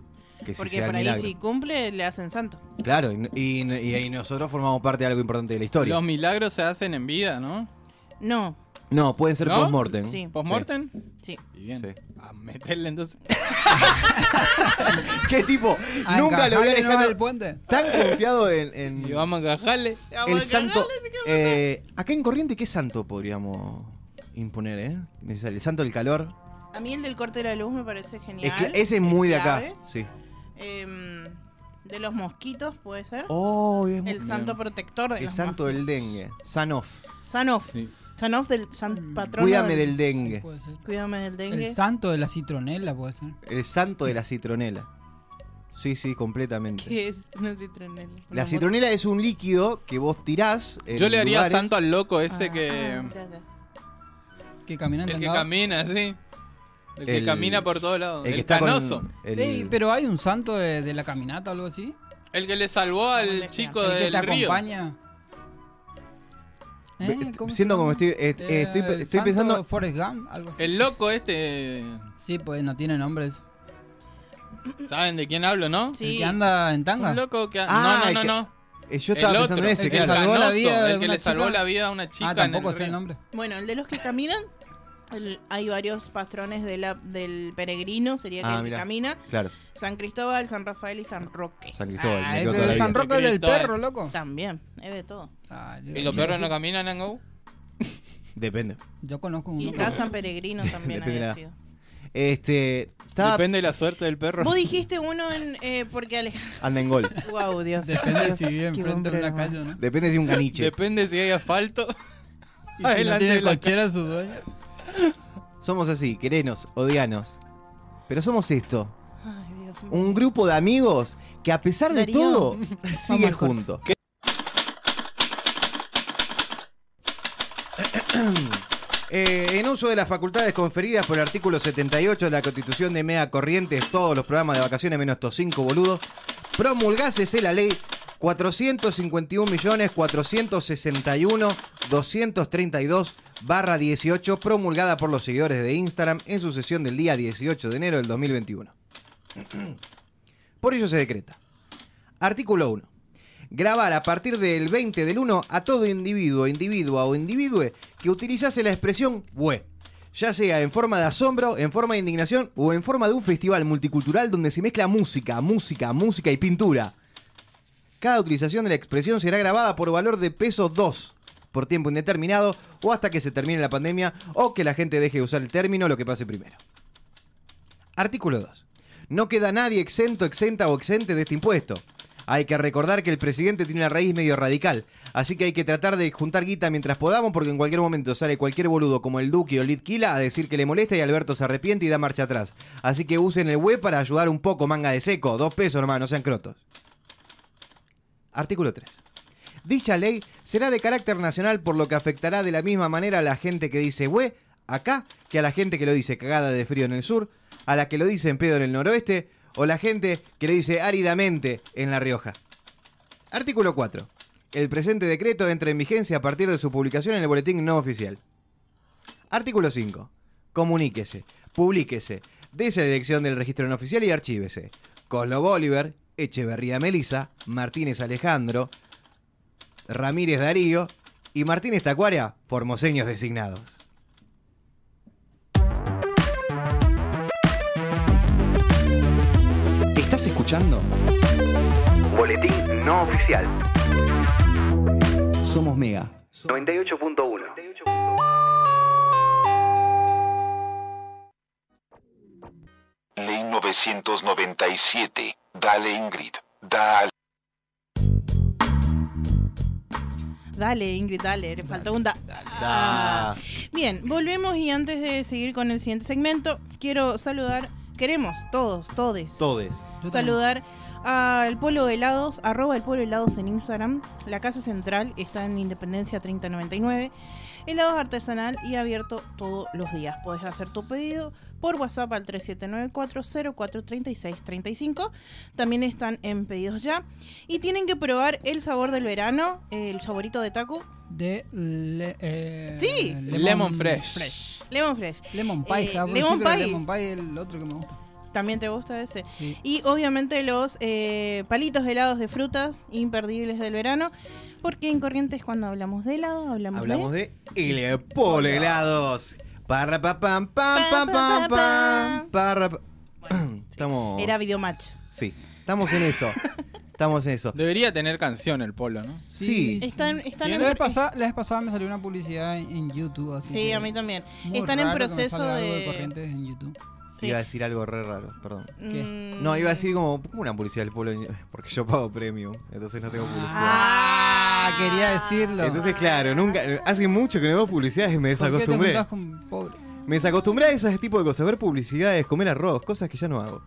E: Que si
D: Porque
E: sea el
D: por ahí
E: milagro.
D: si cumple, le hacen santo.
E: Claro, y, y- y- y nosotros formamos parte de algo importante de la historia.
C: Los milagros se hacen en vida, ¿no?
D: No,
E: No, pueden ser
C: ¿No?
E: post-mortem.
D: Sí.
C: ¿Postmortem?
D: sí.
C: Y bien.
E: Sí.
C: A meterle entonces.
E: (laughs) ¿Qué tipo?
H: ¿A
E: Eh, Nunca lo vi a
H: encajarle nomás
E: Alejandro
H: al puente?
E: tan confiado en,
C: (laughs)
E: en
C: Y vamos a encajarle.
E: el santo. Eh, acá en Corriente, ¿qué santo podríamos imponer, eh? Necesario. El santo del calor.
D: A mí el del corte de la luz me parece
E: Es
D: genial.
E: cla- ese es muy de
D: clave.
E: acá. Sí.
D: Em, de los mosquitos, puede ser.
E: Oh, es muy-
D: el santo protector de
E: El
D: los
E: santo
D: mosquitos.
E: del dengue. Sanof.
D: Sanof.
C: Sí.
D: Sanof del
H: Mm.
D: san patrono.
E: Cuídame del dengue.
H: Puede ser.
D: Cuídame del dengue. (laughs)
H: El santo de la citronela puede ser.
E: El santo de la citronela. Sí, sí, completamente.
D: ¿Qué es una citronela?
E: La citronela es un líquido que vos tirás. en
C: Yo le haría
E: lugares-
C: santo al loco ese
D: Ah,
C: que.
H: Que camina
C: el que
H: entangado.
C: camina, sí. El que
E: El-
C: camina por todos lados. El,
E: El que está con
C: canoso.
E: el-
H: Ey, pero hay un santo de, de la caminata o algo así.
C: El que le salvó
D: ¿Cómo
C: al
D: le
C: chico
H: el que
C: del
H: te
C: río.
H: acompaña.
E: Ve-
H: Eh, ¿cómo se
E: siendo
H: llama?
E: como estoy, eh, eh, estoy,
H: Eh,
E: pe-
H: el
E: estoy
H: santo
E: pensando.
H: Forrest Gump, algo así.
C: El loco este.
H: Sí, pues no tiene nombres.
C: ¿Saben de quién hablo, no?
D: Sí.
H: El que anda en tanga.
C: Un loco que.
E: Ah,
C: no,
E: el
C: no, no,
E: que-
C: no.
E: Eh, Yo estaba
C: el
E: pensando
C: otro,
E: en ese,
C: el,
E: claro.
C: canoso,
H: salvó la vida de
C: el que
H: una
C: le salvó
H: chica.
C: la vida a una chica.
H: Ah,
C: en
H: tampoco
C: el
H: sé el
C: río.
H: nombre.
D: Bueno, el de los que caminan, el- hay varios patrones de la- del peregrino, sería
E: Ah,
D: que el que
E: mirá.
D: camina.
E: Claro,
D: San Cristóbal, San Rafael y San Roque.
E: San Cristóbal.
H: Ah,
E: me
H: es
E: quedó
H: de
E: toda la
H: San
E: vida.
H: Roque del
D: eh.
C: Cristóbal.
H: Perro, loco.
D: También, es de todo.
H: Ah, yo-
C: ¿Y los perros no caminan, Ango?
E: Depende.
H: Yo conozco
D: Y
H: uno.
D: está
E: (laughs)
D: San Peregrino también
E: Depende de
D: había
E: la-
D: sido.
E: Este. Estaba.
C: Depende de la suerte del perro.
D: Vos dijiste uno en. eh, porque Alejandro.
E: Anda en gol.
D: Wow, Dios.
H: Depende
D: Dios,
H: si vive
D: (laughs) qué buen
H: enfrente de una
D: programa.
H: calle o no.
E: Depende si
C: (laughs)
E: un caniche.
C: Depende si hay
E: (laughs)
C: asfalto.
H: Y si no
C: Adelante
H: tiene
C: de la
H: cochera su dueño.
E: somos así, querenos, odianos. Pero somos esto.
D: Ay, Dios mío.
E: Un grupo de amigos que a pesar de
D: Darío. (laughs)
E: todo sigue
D: al corte.
E: junto.
C: ¿Qué?
E: (clears throat) Eh, en uso de las facultades conferidas por el artículo 78 de la Constitución de Mea Corrientes, todos los programas de vacaciones menos estos cinco boludos, promulgásese la ley 451.461.232 barra 18, promulgada por los seguidores de Instagram en su sesión del día 18 de enero del 2021. (clears throat) Por ello se decreta. Artículo 1. Grabar a partir del 20 del 1 a todo individuo, individua o individue que utilizase la expresión bue, ya sea en forma de asombro, en forma de indignación o en forma de un festival multicultural donde se mezcla música, música, música y pintura. Cada utilización de la expresión será grabada por valor de peso 2 por tiempo indeterminado o hasta que se termine la pandemia o que la gente deje de usar el término, lo que pase primero. Artículo 2. No queda nadie exento, exenta o exente de este impuesto. Hay que recordar que el presidente tiene una raíz medio radical, así que hay que tratar de juntar guita mientras podamos porque en cualquier momento sale cualquier boludo como el Duque o Litquila a decir que le molesta y Alberto se arrepiente y da marcha atrás. Así que usen el web para ayudar un poco, manga de seco. Dos pesos, hermano, no sean crotos. Artículo 3. Dicha ley será de carácter nacional por lo que afectará de la misma manera a la gente que dice güey acá que a la gente que lo dice cagada de frío en el sur, a la que lo dice en pedo en el noroeste o la gente que le dice áridamente en La Rioja. Artículo 4. El presente decreto entra en vigencia a partir de su publicación en el boletín no oficial. Artículo 5. Comuníquese, publiquese, dese la elección del registro no oficial y archívese. Coslo Bolívar, Echeverría Melisa, Martínez Alejandro, Ramírez Darío y Martínez Tacuaria, formoseños designados. ¿Estás escuchando?
F: Boletín no oficial.
E: Somos Mega.
F: 98.1.
G: Ley 997. Dale Ingrid. Dale.
D: Dale, Ingrid, dale. Le faltó un da. Ah. Bien, volvemos y antes de seguir con el siguiente segmento, quiero saludar. Queremos todos, todes.
E: Todes.
H: Yo
D: saludar al Polo de Helados, arroba el Polo de Helados en Instagram. La Casa Central está en Independencia 3099. Helados artesanal y abierto todos los días. Podés hacer tu pedido por WhatsApp al 3794043635. También están en pedidos ya. Y tienen que probar el sabor del verano, el saborito de Taku,
H: De le- eh,
D: Sí.
C: Lemon, fresh.
D: Lemon Fresh.
H: Lemon pie,
D: Eh,
H: estaba por
D: lemon
H: decir, pero
D: pie.
H: Lemon pie es el otro que me gusta.
D: También te gusta ese.
H: Sí.
D: Y obviamente los eh, palitos de helados de frutas imperdibles del verano. Porque en Corrientes cuando hablamos de helado, hablamos,
E: Hablamos
D: de...
E: de el polo helados. Parra pa pam pam pam pam pam. Parra pa- (clears throat) Estamos.
D: Era videomatch.
E: Sí, estamos en (laughs) eso. Estamos en eso.
C: Debería tener canción el polo, ¿no?
E: Sí.
D: Están, están
H: La
D: en...
H: vez, pasada, la vez pasada me salió una publicidad en, en YouTube. Así
D: Sí,
H: que
D: a mí también.
H: muy
D: Están en
H: raro que me
D: proceso
H: salga algo de
D: de...
H: corrientes en YouTube.
D: Sí.
E: Iba a decir algo re raro, perdón.
H: ¿Qué?
D: Mm.
E: No, iba a decir como, ¿cómo una publicidad del pueblo? (laughs) Porque yo pago premium, entonces no tengo publicidad.
H: Ah, quería decirlo.
E: Entonces, claro, nunca. Hace mucho que no veo publicidades y me
H: ¿Por qué te
E: desacostumbré.
H: juntás con pobres?
E: Me desacostumbré a ese tipo de cosas, ver publicidades, comer arroz, cosas que ya no hago.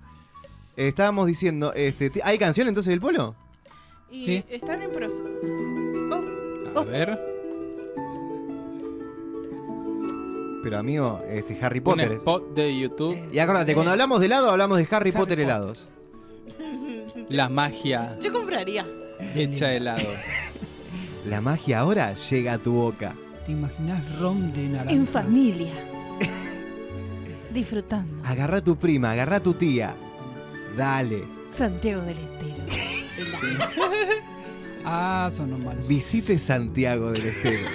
E: Eh, estábamos diciendo, este, ¿t- ¿hay canción entonces del polo?
D: Y
H: Sí.
D: están en proceso...
C: A
H: Oh.
C: ver.
E: Pero amigo, este, Harry
C: Un
E: Potter. es-
C: spot de YouTube.
E: Y acuérdate, cuando hablamos de helado, hablamos de Harry,
H: Harry
E: Potter
H: Potter.
E: helados.
H: Eh.
C: La magia
D: Yo compraría.
C: hecha de helado.
H: (laughs)
E: La magia ahora llega a tu boca.
H: ¿Te imaginas rom de naranja?
D: En familia. Disfrutando.
E: Agarra a tu prima, agarra a tu tía. Dale.
D: Santiago del Estero.
B: Ah, son normales.
E: Visite Santiago del Estero.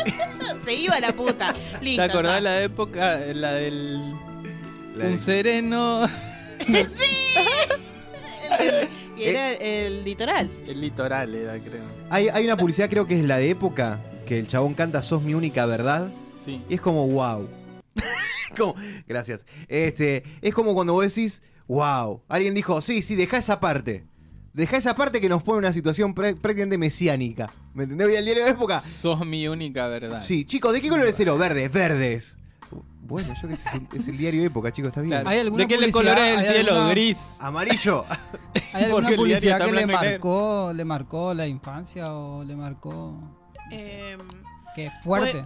D: (laughs) Se iba la
H: (laughs)
D: puta. Listo.
C: ¿Te acordás la época, la del...
E: La
C: un
E: de-
C: sereno,
D: Y era
H: eh?
D: el litoral.
C: el litoral era, creo.
E: Hay, hay una publicidad, creo que es la de época, que el chabón canta Sos mi única verdad.
C: Sí.
E: Y es como, wow. (laughs) como, gracias. Este, es como cuando vos decís, wow. Alguien dijo, sí, sí, deja esa parte. Deja esa parte que nos pone en una situación prá- prácticamente mesiánica. ¿Me entendés? Hoy al diario de
H: Ah.
E: época.
C: Sos mi única verdad.
E: Sí, chicos, ¿de qué color es el cero? Verdes, verdes. Bueno, yo qué sé, es el, es el diario de época, chicos, está bien.
C: Claro.
H: ¿Hay alguna
C: ¿De qué le
H: publicidad?
C: colores el
H: ¿Hay
C: cielo?
H: alguna-
C: Gris.
E: Ah, Amarillo.
H: ¿Hay alguna
C: Porque el diario
H: publicidad
C: está
H: que le
C: blanco y negro.
H: marcó, le marcó la infancia o le marcó?
D: Eh,
H: Qué fuerte.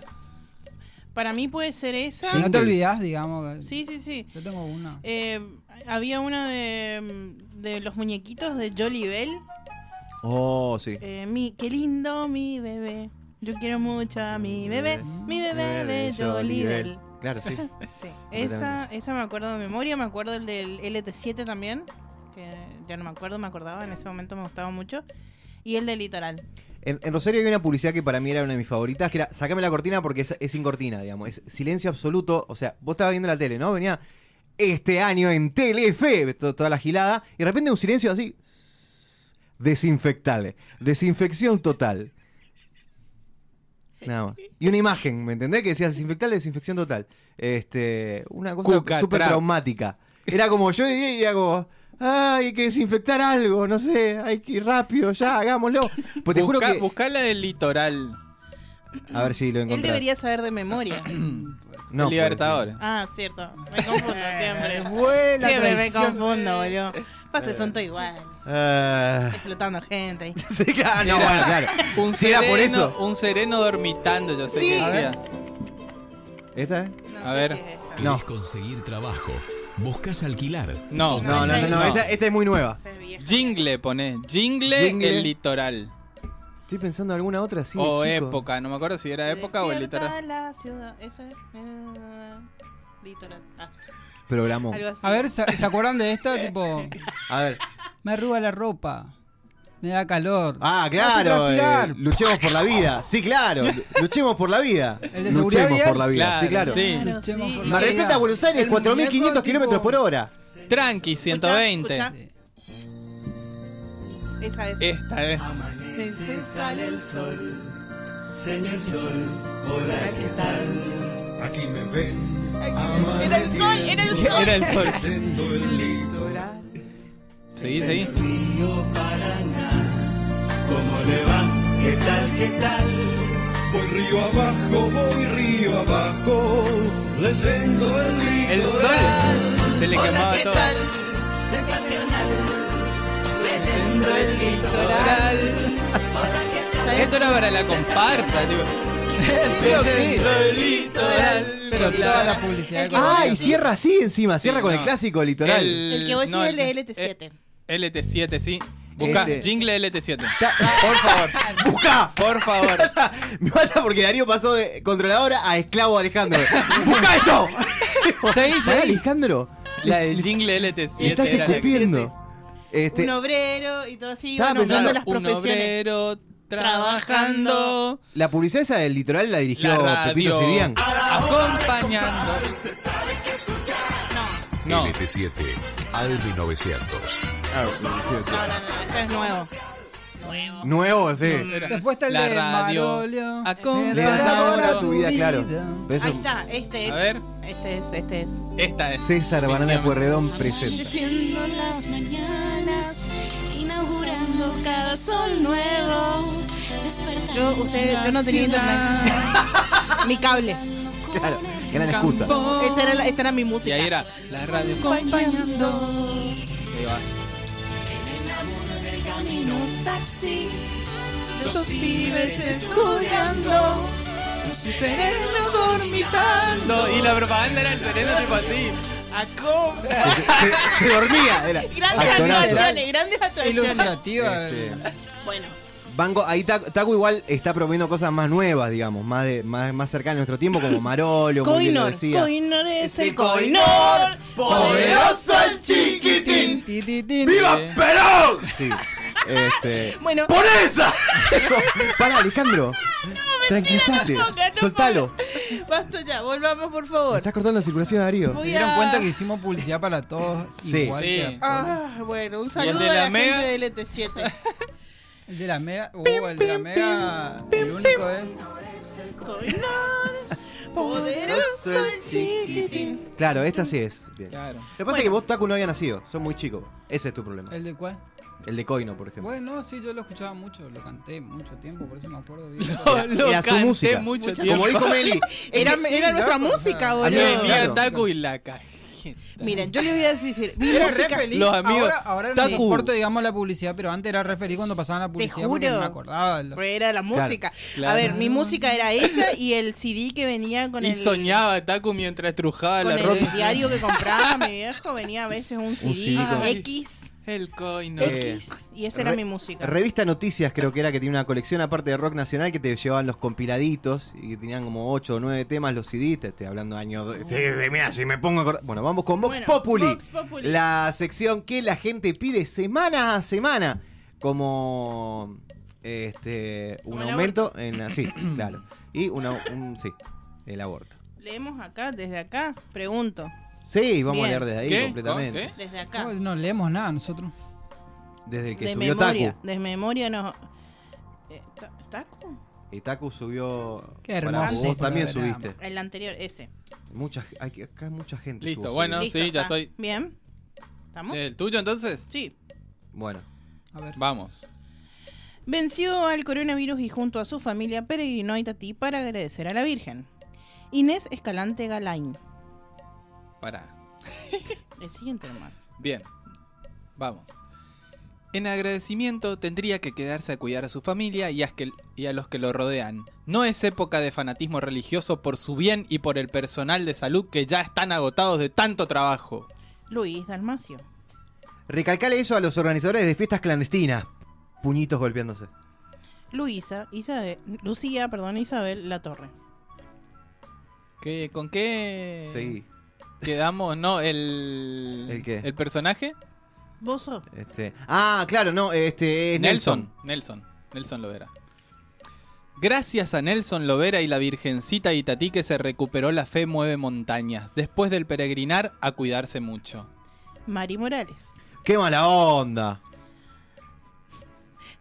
D: para mí puede ser esa.
H: Si no te
E: Jingles.
H: olvidas, digamos. eh,
D: Sí, sí, sí.
H: Yo tengo una.
D: Eh, había una de, mm, de los muñequitos de Jolly Bell.
E: (laughs) Oh, sí.
D: Eh, mi, qué lindo mi bebé. Yo quiero mucho a mi bebé. Mi bebé de Jolly Bell.
E: Claro, sí.
D: Sí, esa, esa me acuerdo de memoria, me acuerdo el del LT7 también, que ya no me acuerdo, me acordaba, en ese momento me gustaba mucho, y el de Litoral.
E: En, en Rosario había una publicidad que para mí era una de mis favoritas, que era sacame la cortina porque es, es sin cortina, digamos. Es silencio absoluto. O sea, vos estabas viendo la tele, ¿no? Venía este año en Telefe, to- toda la gilada, y de repente un silencio así. Desinfectale. Desinfección total. Nada más. Y una imagen, ¿me entendés? Que decía desinfectale, desinfección total. Este, una cosa
C: Cuca,
E: súper
C: trap.
E: traumática. Era como yo y y hago. "Ah, hay que desinfectar algo, no sé, hay que ir rápido, ya, hagámoslo. Pues te juro
C: Busca-
E: que.
C: buscá la del litoral.
E: A ver si lo
D: Él
E: encontrás.
D: debería saber de (coughs) memoria.
E: No,
C: el Libertador.
D: ah, cierto, me confundo (laughs) siempre.
H: Buena
D: Siempre me
H: traición.
D: confundo, boludo. Pase, son todo igual,
E: pobrecito. Ah,
D: explotando gente.
E: (laughs)
D: (laughs)
E: sí, claro, no, bueno, claro.
C: Un
E: Si era
C: sereno,
E: por eso.
C: Un sereno dormitando, yo sé
D: Sí.
C: que
D: A
C: decía.
E: ¿Esta? eh?
D: No sé
C: A ver.
D: si es esta.
E: No.
I: ¿Querés conseguir trabajo? ¿Buscas alquilar?
C: No,
E: No, no, no, no,
D: No.
E: Esta, esta es muy nueva.
D: Es vieja.
C: Jingle pone. Jingle,
E: Jingle.
C: el litoral.
E: Estoy pensando en alguna otra así.
C: o
E: chico.
C: Oh, época, no me acuerdo si era época o el
D: Despierta
C: litoral.
D: la ciudad, esa es, eh, Litoral. Ah,
E: Programó.
D: algo así.
H: A ver, ¿se, se acuerdan de esta? Tipo,
E: A ver.
H: me arruga la ropa, me da calor.
E: Ah,
H: No
E: claro.
H: hace transpirar.
E: eh, luchemos por la vida. Sí, claro. lu- Luchemos por la vida.
H: El de seguridad
E: luchemos
H: vial.
E: por la vida. sí, claro.
C: sí.
D: Claro,
H: Luchemos
D: sí.
H: por
E: Me respeta Buenos Aires,
H: El
E: 4.500
H: muñeco,
E: kilómetros
H: tipo-
E: por hora.
C: Tranqui, 120.
D: Escuchá, Esa es.
C: Esta es.
D: Se sale el sol.
J: Aquí me ven.
D: Era el sol, era el sol.
C: Era el sol. Seguí, seguí.
J: ¿Cómo le va? ¿Qué tal, qué tal? Voy río abajo, voy río abajo, leyendo el río.
C: El sol. Se le quemaba todo. el litoral. Esto era para la comparsa, tío. Leyendo el litoral.
H: Pero
C: con
H: toda la publicidad.
D: El que-
E: Ah, y
D: bonito.
E: cierra así encima. Cierra
C: Sí,
E: con
C: no.
E: el clásico litoral.
D: El que vos decís
C: no, eh,
D: es el de LT7.
C: LT7, sí. Busca
E: Este.
C: jingle LT7. Por favor.
E: ¡Busca!
C: Por favor.
E: Me mata porque Darío pasó de controladora a esclavo Alejandro. ¡Busca esto!
H: Seguí,
E: Pará,
H: seguí.
E: Alejandro?
C: La
E: le-
C: del
E: le-
C: jingle
E: le
C: LT7.
E: estás
C: era la que-
E: escupiendo. Este,
D: Un obrero y todo así.
E: Estaba
D: Estaba
E: pensando-
D: pensando
C: Claro,
D: las
C: un
D: profesiones.
C: obrero trabajando.
E: La publicidad esa del litoral la
C: La
E: dirigió Pepito
C: radio. Ah.
E: Sirian.
C: Acompañando. No.
G: LT7, ALB 900.
D: No, no, no, este es nuevo. Nuevo.
E: Nuevo, sí.
C: No, era
H: Después está el
C: la
H: de
C: radio.
H: Marolio.
E: Le das sabor a
C: Acompañando.
E: tu vida, claro. Pero eso-
D: Ahí está, este es.
C: A ver.
D: Este es, este es.
C: Esta es.
E: César Banana
C: Viniame.
E: Puerredón presenta.
K: Siendo las mañanas, inaugurando cada sol nuevo.
D: Yo,
K: Despertando
D: usted, yo no tenía internet. Ni cable.
E: Claro, gran excusa.
D: Esta era, la- esta era mi
C: Y
D: música.
C: ahí era la radio acompañando. Ahí va.
K: camino taxi.
D: Estos pibes estudiando. Sereno dormitando.
C: No, y la propaganda era el sereno tipo así.
E: Se, se- se dormía. Era
D: Grandes
E: actorazo.
D: atracciones, grandes atracciones.
H: Ilustrativa.
E: Este,
D: Bueno,
E: Banco, ahí Ta- Taco igual está promoviendo cosas más nuevas, digamos, más, de, más, más cercanas a nuestro tiempo, como Marolio, como bien lo
D: Coinor.
E: decía.
D: Coinor es el
E: Ese
D: Coinor.
E: poderoso el chiquitín.
H: Ti, ti, ti.
E: ¡Viva Perón! Sí. Este, (laughs)
D: Bueno.
E: ¡Por esa! Pará, Alejandro. Tranquilízate. Soltalo.
D: Basta ya, volvamos por favor.
E: Estás cortando la circulación a Darío.
D: Voy
H: Se dieron
D: a-
H: cuenta que hicimos publicidad para todos.
E: Sí.
H: Igual
E: Sí.
H: que a-
D: Ah, bueno, un
H: ¿Y el
D: saludo
H: de
D: a
H: la
D: la
H: Mega?
D: gente del ET7.
H: El de la mega. Uh, el de la mega. El único es.
D: Poderoso y chiquitín.
E: Claro, esta sí es. Bien.
H: Claro.
E: Lo que pasa es que vos, Taku, no había nacido. Son muy chicos. Ese es tu problema.
H: ¿El de cuál?
E: El de Coino, por ejemplo.
H: Bueno, sí, yo lo escuchaba mucho, lo canté mucho tiempo, por eso me
C: (laughs)
H: acuerdo bien.
C: Lo- lo
E: era su
C: canté
E: música.
C: mucho
E: Como
C: tiempo. (laughs)
E: dijo Meli,
D: Era,
E: es que sí,
D: era nuestra
E: loco, o sea,
D: música,
E: a mí me
D: boludo.
E: encanta.
C: Venía Taku y la cajeta.
D: Miren, yo les voy a decir, mi
H: Era re
D: música-
H: feliz.
C: Los amigos.
H: Ahora, ahora no
C: Taku.
H: soporto, digamos, la publicidad, pero antes era re feliz cuando pasaban la
D: Te
H: publicidad. porque
D: juro.
H: no me acordaba. de lo-
D: Pero era la música. A
C: claro.
D: ver, mi música era esa y el CD que venía con
C: y
D: el,
C: soñaba Taku mientras trujaba
D: con
C: la
D: el
C: ropa.
D: diario que compraba mi viejo. Venía a veces un CD,
E: CD con-
D: X,
C: El coino.
E: Eh,
D: X. Y esa era
E: Re-
D: mi música.
E: Revista Noticias creo que era que tenía una colección aparte de rock nacional que te llevaban los compiladitos y que tenían como 8 o 9 temas los CD, te estoy hablando años... do- Sí, sí, mira, si me pongo... a acordar- Bueno, vamos con Vox
D: Bueno,
E: Populi.
D: Vox Populi.
E: La sección que la gente pide semana a semana como este un
D: Como el
E: aumento en la-
D: (clears throat)
E: sí, claro. Y una, un sí, el aborto.
D: Leemos acá, desde acá, pregunto.
E: Sí, vamos a
D: Bien.
E: leer desde ahí
C: ¿Qué?
E: completamente.
C: ¿Con
D: Desde acá.
H: No, no leemos nada nosotros.
E: Desde el que
D: de
E: subió
D: memoria.
E: Taku.
D: De memoria no. Eh, ta- ¿Taku?
E: Y Taku subió
H: Qué
E: Pará,
H: hermoso
E: vos también
H: programa.
E: subiste.
D: El anterior, ese.
E: Mucha, hay, que- acá hay mucha gente.
C: Listo,
E: estuvo
C: bueno. No,
E: feliz.
D: Listo,
C: sí, ya
D: está.
C: estoy. Eh.
D: Bien. ¿Estamos?
C: ¿El tuyo entonces?
D: Sí.
E: Bueno,
H: A ver.
C: Vamos.
D: Venció al coronavirus y junto a su familia peregrinó a Itatí para agradecer a la Virgen. Inés Escalante Galain.
C: Pará.
D: El siguiente nomás.
C: Bien, vamos. En agradecimiento tendría que quedarse a cuidar a su familia y a, que- y a los que lo rodean. No es época de fanatismo religioso por su bien y por el personal de salud que ya están agotados de tanto trabajo.
D: Luis Dalmacio.
E: recalcale eso a los organizadores de fiestas clandestinas. Puñitos golpeándose.
D: Luisa, Isabel, Lucía, perdón, Isabel La Torre.
C: ¿Qué, ¿Con qué
E: Sí,
C: quedamos? ¿No? ¿El,
E: ¿El qué?
C: personaje?
D: Vos sos.
E: este. Ah, claro, no, este es Nelson.
C: Nelson. Nelson. Nelson Lovera. Gracias a Nelson Lovera y la Virgencita Itatí que se recuperó la fe mueve montañas. Después del peregrinar, a cuidarse mucho.
D: Mari Morales.
E: Qué mala onda.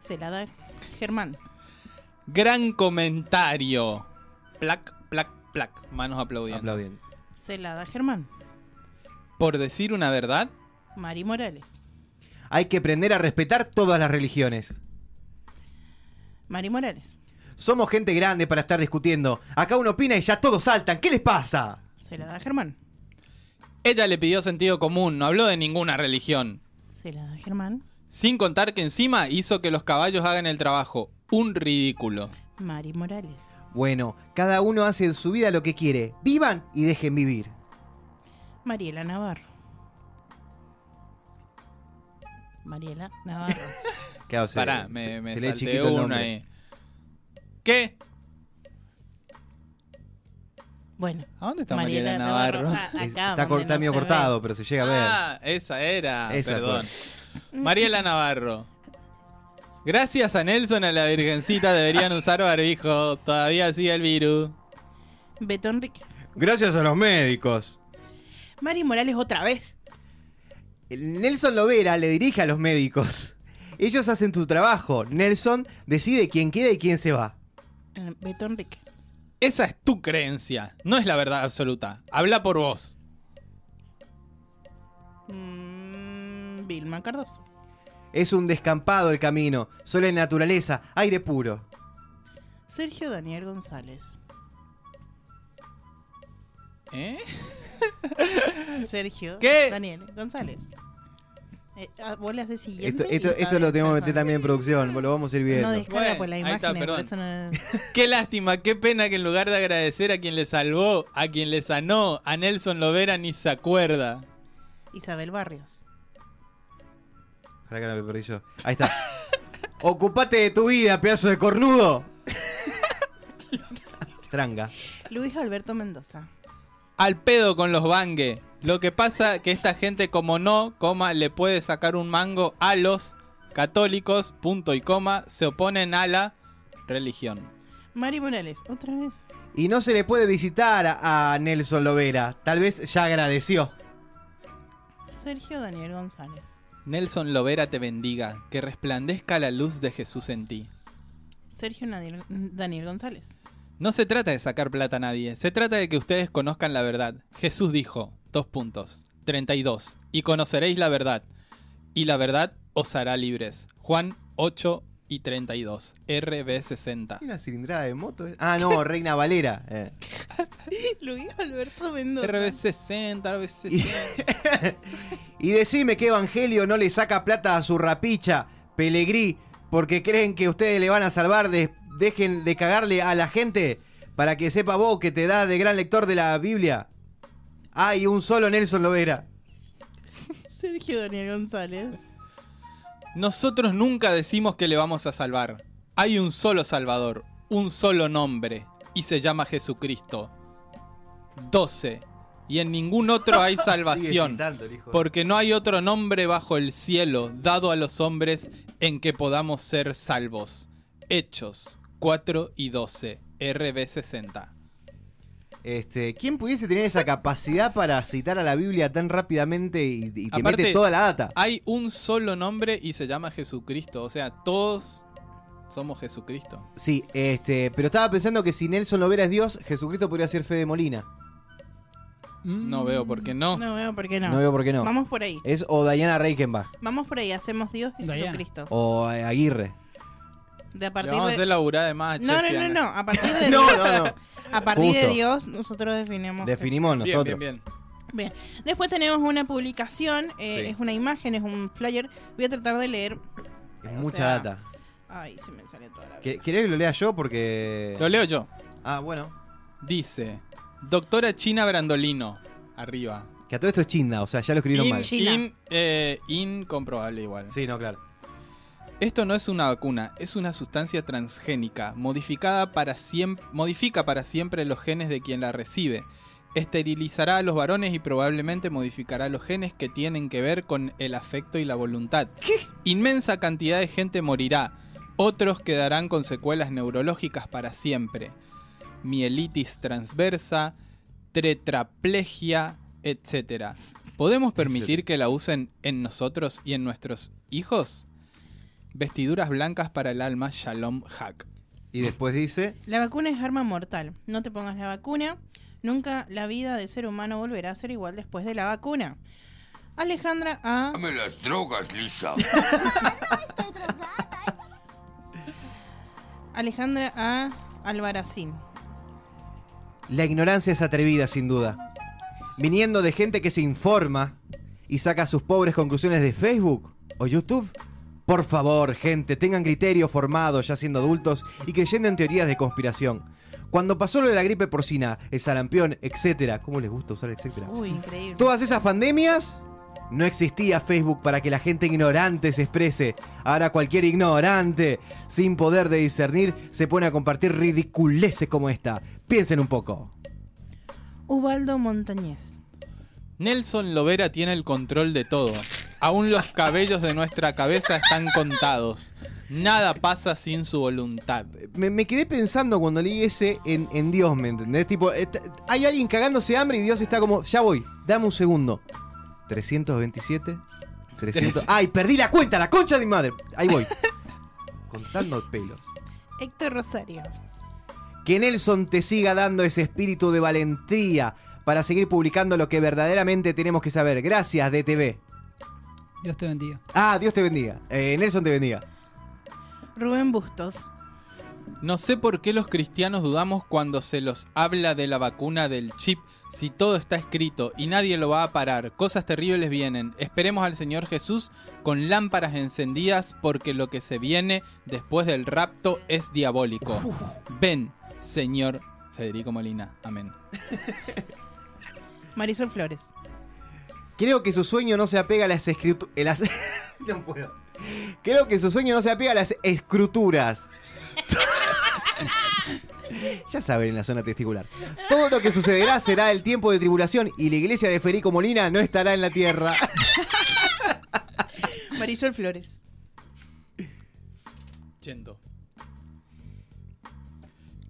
D: Se la da Germán.
C: Gran comentario. Plac, plac, plac. Manos aplaudiendo.
E: Aplauden.
D: Se la da Germán.
C: Por decir una verdad,
D: Mari Morales.
E: Hay que aprender a respetar todas las religiones.
D: Mari Morales.
E: Somos gente grande para estar discutiendo. Acá uno opina y ya todos saltan. ¿Qué les pasa?
D: Se la da Germán.
C: ella le pidió sentido común, no habló de ninguna religión.
D: Se la da Germán.
C: Sin contar que encima hizo que los caballos hagan el trabajo. Un ridículo.
D: Mari Morales.
E: Bueno, cada uno hace en su vida lo que quiere. Vivan y dejen vivir.
D: Mariela Navarro. Mariela Navarro.
E: Claro, se-
C: Pará,
E: se-
C: me, me
E: se lee
C: salté
E: chiquito el
C: una
E: nombre.
C: ahí. ¿Qué?
D: Bueno.
C: ¿A dónde está Mariela, Navarro?
D: Ah,
E: Es-
D: acá,
E: está cor-
D: donde
E: está
D: no
E: medio
D: se
E: cortado, pero se llega a ver.
C: Ah, esa era.
E: Esa
C: Perdón. Mariela Navarro. Gracias a Nelson, a la virgencita deberían usar barbijo. Todavía sigue el virus.
D: ve. Beto Enrique.
E: Gracias a los médicos.
D: Mari Morales otra vez.
E: El Nelson Lovera le dirige a los médicos. Ellos hacen tu trabajo. Nelson decide quién queda y quién se va.
D: Eh, Beto Enrique.
C: Esa es tu creencia, no es la verdad absoluta. Habla por vos.
D: Mm, Vilma Cardoso.
E: Es un descampado el camino, sol en naturaleza, aire puro.
D: Sergio Daniel González.
C: ¿Eh?
D: Sergio
C: ¿Qué?
D: Daniel González. Eh, ah, vos le haces siguiente.
E: Esto,
D: y
E: esto,
D: está
E: esto lo tenemos que meter
D: descartado.
E: también en producción, lo vamos a ir
D: No
E: viendo.
D: descarga por la
C: Bueno, ahí
D: imagen.
C: está,
D: por
C: perdón.
D: eso no-
C: Qué lástima, qué pena que en lugar de agradecer a quien le salvó, a quien le sanó, a Nelson Lovera ni se acuerda.
D: Isabel Barrios.
E: Pará que no me perdí yo. Ahí está. (laughs) Ocupate de tu vida, pedazo de cornudo. (laughs) Tranga.
D: Luis Alberto Mendoza.
C: Al pedo con los bangue. Lo que pasa que esta gente como no, coma, le puede sacar un mango a los católicos, punto y coma, se oponen a la religión.
D: Mari Morales, otra vez.
E: Y no se le puede visitar a, a Nelson Lovera. Tal vez ya agradeció.
D: Sergio Daniel González.
C: Nelson Lovera te bendiga, que resplandezca la luz de Jesús en ti.
D: Sergio Nadiel-
E: (laughs)
D: Daniel González.
C: No se trata de sacar plata a nadie, se trata de que ustedes conozcan la verdad. Jesús dijo, dos puntos, 32, y conoceréis la verdad, y la verdad os hará libres. Juan 8 y 32, RB60.
E: ¿Y ¿Una cilindrada de moto? Ah, no, Reina Valera. eh.
D: Luis Alberto Mendoza.
C: RB60, RB60.
E: Y decime que Evangelio no le saca plata a su rapicha, Pelegrí, porque creen que ustedes le van a salvar. de- dejen de cagarle a la gente para que sepa vos que te da de gran lector de la Biblia. Hay un solo Nelson Lovera.
D: Sergio Daniel González.
C: Nosotros nunca decimos que le vamos a salvar. Hay un solo Salvador, un solo nombre, y se llama Jesucristo. 12. Y en ningún otro hay
E: (laughs) Sigue
C: salvación.
E: citando el hijo de-
C: Porque no hay otro nombre bajo el cielo dado a los hombres en que podamos ser salvos. Hechos 4 y 12, RB60.
E: Este, ¿Quién pudiese tener esa capacidad para citar a la Biblia tan rápidamente y, y te
C: Aparte,
E: mete toda la data?
C: Hay un solo nombre y se llama Jesucristo. O sea, todos somos Jesucristo.
E: Sí, este, pero estaba pensando que si Nelson Lovera es Dios, Jesucristo podría ser Fede Molina.
H: Mm.
C: No veo por qué no.
D: No veo por qué no.
E: No veo por qué no.
D: Vamos por ahí.
E: Es o Diana Reichenbach
D: Vamos por ahí. Hacemos Dios y
H: Diana.
D: Jesucristo.
E: o eh, Aguirre.
D: De a
C: Le
D: partir
C: vamos a
D: de...
C: hacer laburada de más.
D: No, no, no, no. A partir
E: (laughs)
D: de
E: No,
D: Dios,
E: no, no.
D: A partir de
E: Justo.
D: Dios, nosotros
E: (laughs)
D: definimos.
E: Definimos
C: Bien,
E: nosotros.
C: bien, bien.
D: Bien, después tenemos una publicación, eh,
E: Sí.
D: es una imagen, es un flyer. Voy a tratar de leer.
E: Es
D: O
E: mucha
D: sea,
E: data.
D: Ay, se me sale toda la
E: ¿Que-
D: vida.
E: ¿Querés que lo lea yo? Porque.
C: Lo leo yo.
E: Ah, bueno.
C: Dice, doctora China Brandolino. Arriba.
E: Que a todo esto es chinda, o sea, ya lo escribieron
C: In-
E: mal.
D: China.
C: in- eh, incomprobable igual.
E: Sí, no, claro.
C: Esto no es una vacuna, es una sustancia transgénica, modificada para siem- modifica para siempre los genes de quien la recibe. Esterilizará a los varones y probablemente modificará los genes que tienen que ver con el afecto y la voluntad. Inmensa cantidad de gente morirá, otros quedarán con secuelas neurológicas para siempre. Mielitis transversa, tetraplegia, etc. ¿Podemos permitir que la usen en nosotros y en nuestros hijos? Vestiduras blancas para el alma, Shalom Hack.
E: Y después dice.
D: La vacuna es arma mortal. No te pongas la vacuna. Nunca la vida del ser humano volverá a ser igual después de la vacuna. Alejandra A.
J: Dame las drogas, Lisa.
D: (laughs) Alejandra A. Albaracín.
E: La ignorancia es atrevida, sin duda. Viniendo de gente que se informa y saca sus pobres conclusiones de Facebook o YouTube. Por favor, gente, tengan criterio formado ya siendo adultos y creyendo en teorías de conspiración. Cuando pasó lo de la gripe porcina, el sarampión, etcétera, ¿cómo les gusta usar etcétera?
D: Uy, increíble.
E: Todas esas pandemias no existía Facebook para que la gente ignorante se exprese. Ahora cualquier ignorante, sin poder de discernir, se pone a compartir ridiculeces como esta. Piensen un poco.
D: Ubaldo Montañez.
C: Nelson Lovera tiene el control de todo. Aún los cabellos de nuestra cabeza están contados. Nada pasa sin su voluntad.
E: Me, me quedé pensando cuando leí ese en, en Dios, ¿me entendés? Tipo, está- hay alguien cagándose de hambre y Dios está como, ya voy, dame un segundo. 327, 300... ¡Ay, perdí la cuenta, la concha de mi madre! Ahí voy. Contando pelos.
D: Héctor Rosario.
E: Que Nelson te siga dando ese espíritu de valentía para seguir publicando lo que verdaderamente tenemos que saber. Gracias, DTV.
H: Dios te bendiga.
E: Ah, Dios te bendiga. Eh, Nelson te bendiga.
D: Rubén Bustos.
C: No sé por qué los cristianos dudamos cuando se los habla de la vacuna del chip, si todo está escrito y nadie lo va a parar. Cosas terribles vienen. Esperemos al Señor Jesús con lámparas encendidas porque lo que se viene después del rapto es diabólico. Ven, Señor Federico Molina. Amén.
D: Marisol Flores.
E: Creo que su sueño no se apega a las (laughs) escrituras. no puedo. Creo que su sueño no se apega a las escrituras. (laughs) ya saben, en la zona testicular. Todo lo que sucederá será el tiempo de tribulación y la iglesia de Federico Molina no estará en la tierra.
D: Marisol Flores.
C: Yendo.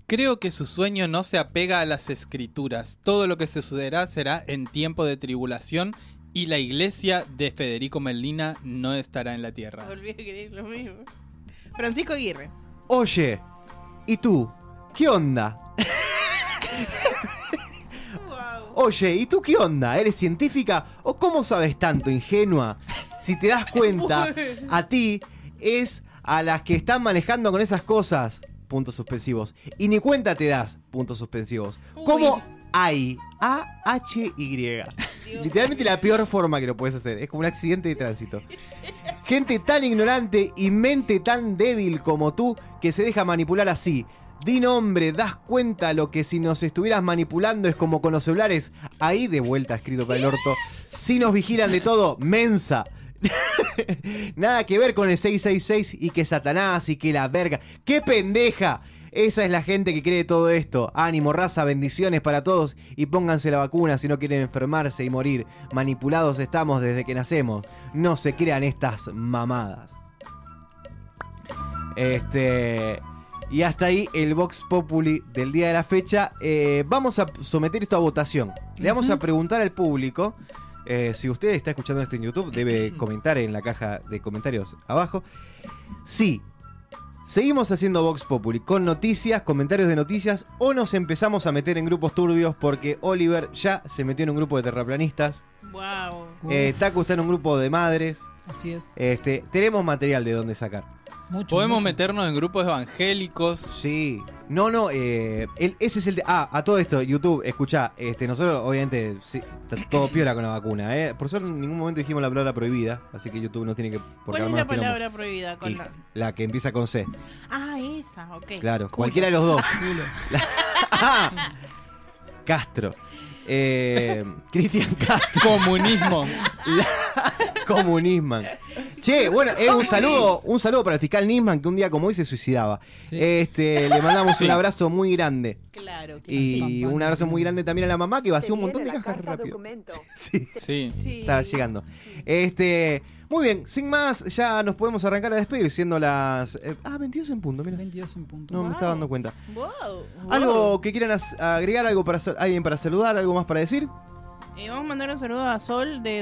C: Creo que su sueño no se apega a las escrituras. Todo lo que sucederá será en tiempo de tribulación y la iglesia de Federico Melina no estará en la tierra.
D: Volví a creer lo mismo. Francisco Aguirre.
E: (laughs) Oye, ¿y tú? ¿Qué onda? Oye, ¿y tú qué onda? ¿Eres científica? ¿O cómo sabes tanto, ingenua? Si te das cuenta, a ti es a las que están manejando con esas cosas, puntos suspensivos. Y ni cuenta te das, puntos suspensivos. ¿Cómo hay? A-H-Y. Literalmente la peor forma que lo puedes hacer. Es como un accidente de tránsito. Gente tan ignorante y mente tan débil como tú que se deja manipular así. Di nombre, das cuenta lo que si nos estuvieras manipulando es como con los celulares. Ahí de vuelta escrito para el orto. Si nos vigilan de todo, mensa. Nada que ver con el 666 y que Satanás y que la verga. ¡Qué pendeja! Esa es la gente que cree todo esto. Ánimo, raza, bendiciones para todos y pónganse la vacuna si no quieren enfermarse y morir. Manipulados estamos desde que nacemos. No se crean estas mamadas. Este. Y hasta ahí el Vox Populi del día de la fecha. Eh, vamos a someter esto a votación. Le vamos a preguntar al público. eh, si usted está escuchando esto en YouTube, debe comentar en la caja de comentarios abajo. Si seguimos haciendo Vox Populi con noticias, comentarios de noticias, o nos empezamos a meter en grupos turbios porque Oliver ya se metió en un grupo de terraplanistas.
D: Wow.
E: Eh, Taku está en un grupo de madres.
H: Así es.
E: Este, tenemos material de dónde sacar.
C: Podemos meternos en grupos evangélicos.
E: (laughs) Sí. No, no, eh, el- ese es el... de- ah, a todo esto, YouTube, escuchá, este, nosotros obviamente sí, está
D: (coughs)
E: todo piola con la vacuna, ¿eh? Por suerte en ningún momento dijimos la palabra prohibida, así que YouTube no tiene que... por qué
D: ¿Cuál es
E: armarnos
D: la
E: quilombo.
D: palabra prohibida con
E: Y-
D: la-
E: La que empieza con C,
D: Ah, esa, ok.
E: claro. Cualquiera de los
D: (laughs)
E: dos. La- Ah, (laughs) Castro. Eh, Cristian Castro.
C: Comunismo.
E: (laughs) Comunismo. Che, bueno, eh, un saludo, un saludo para el fiscal Nisman que un día como hoy se suicidaba. Este, le mandamos
C: Sí.
E: un abrazo muy grande.
D: Claro,
E: Y un abrazo muy grande también a la mamá que vació un montón de cajas rápido. Sí.
C: Sí.
E: Está llegando. Este, muy bien, sin más, ya nos podemos arrancar a despedir siendo las eh, ah, 22 en punto, mira.
H: 22 en punto.
E: No me
D: Wow.
E: estaba dando cuenta.
D: Wow, wow.
E: Algo que quieran as- agregar algo para sal- alguien para saludar, algo más para decir?
D: Eh, vamos a mandar un saludo a Sol de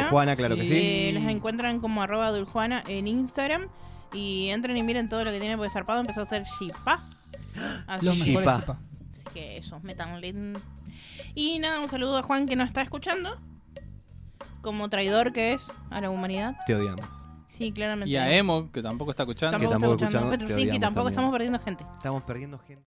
E: De Duljuana, claro que sí.
D: Eh, las encuentran como arroba Duljuana en Instagram. Y entren y miren todo lo que tiene porque Zarpado empezó a hacer
E: (gasps)
D: chipa.
H: Los
D: Así,
H: mejores
E: Chipa.
H: chipa.
D: así que eso, metanle. Y nada, un saludo a Juan que nos está escuchando. Como traidor que es a la humanidad.
E: Te odiamos.
D: Sí, claramente.
C: Y a Emo, que tampoco está escuchando.
D: Tampoco,
E: que tampoco
D: está
E: escuchando,
D: escuchando.
E: te
D: Petrusinski,
E: odiamos
D: tampoco
E: también.
D: estamos perdiendo gente.
E: Estamos perdiendo gente.